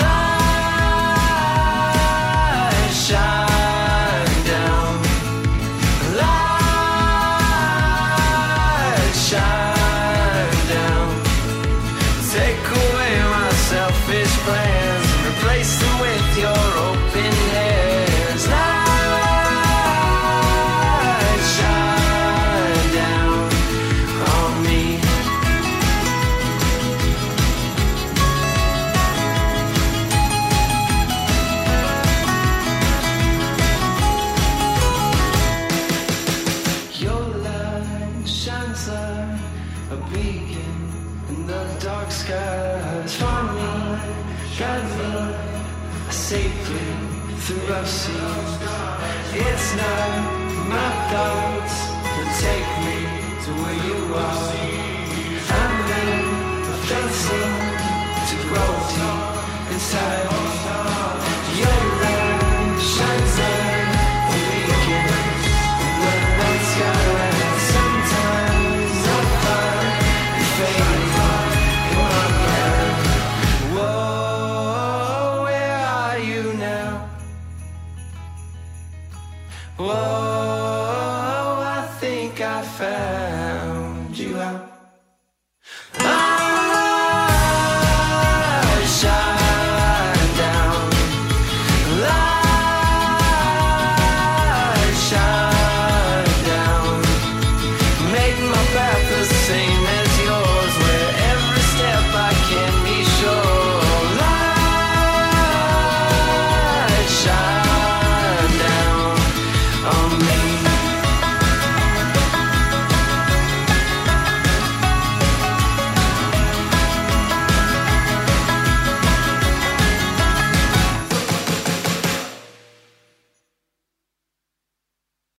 Speaker 8: Light shine down. Light shine down. Take away my selfish plans and replace them with your open hands. Light shine down on me. Your light shines like a beacon in the dark skies. Find me, guide me safely through our seas. It's not my thoughts that take me to where you are. I'm made of fencing to grow deep inside me. Your light shines like a beacon in the night sky. Sometimes I find it fading in my mind. Whoa, where are you now? Whoa, I think I found.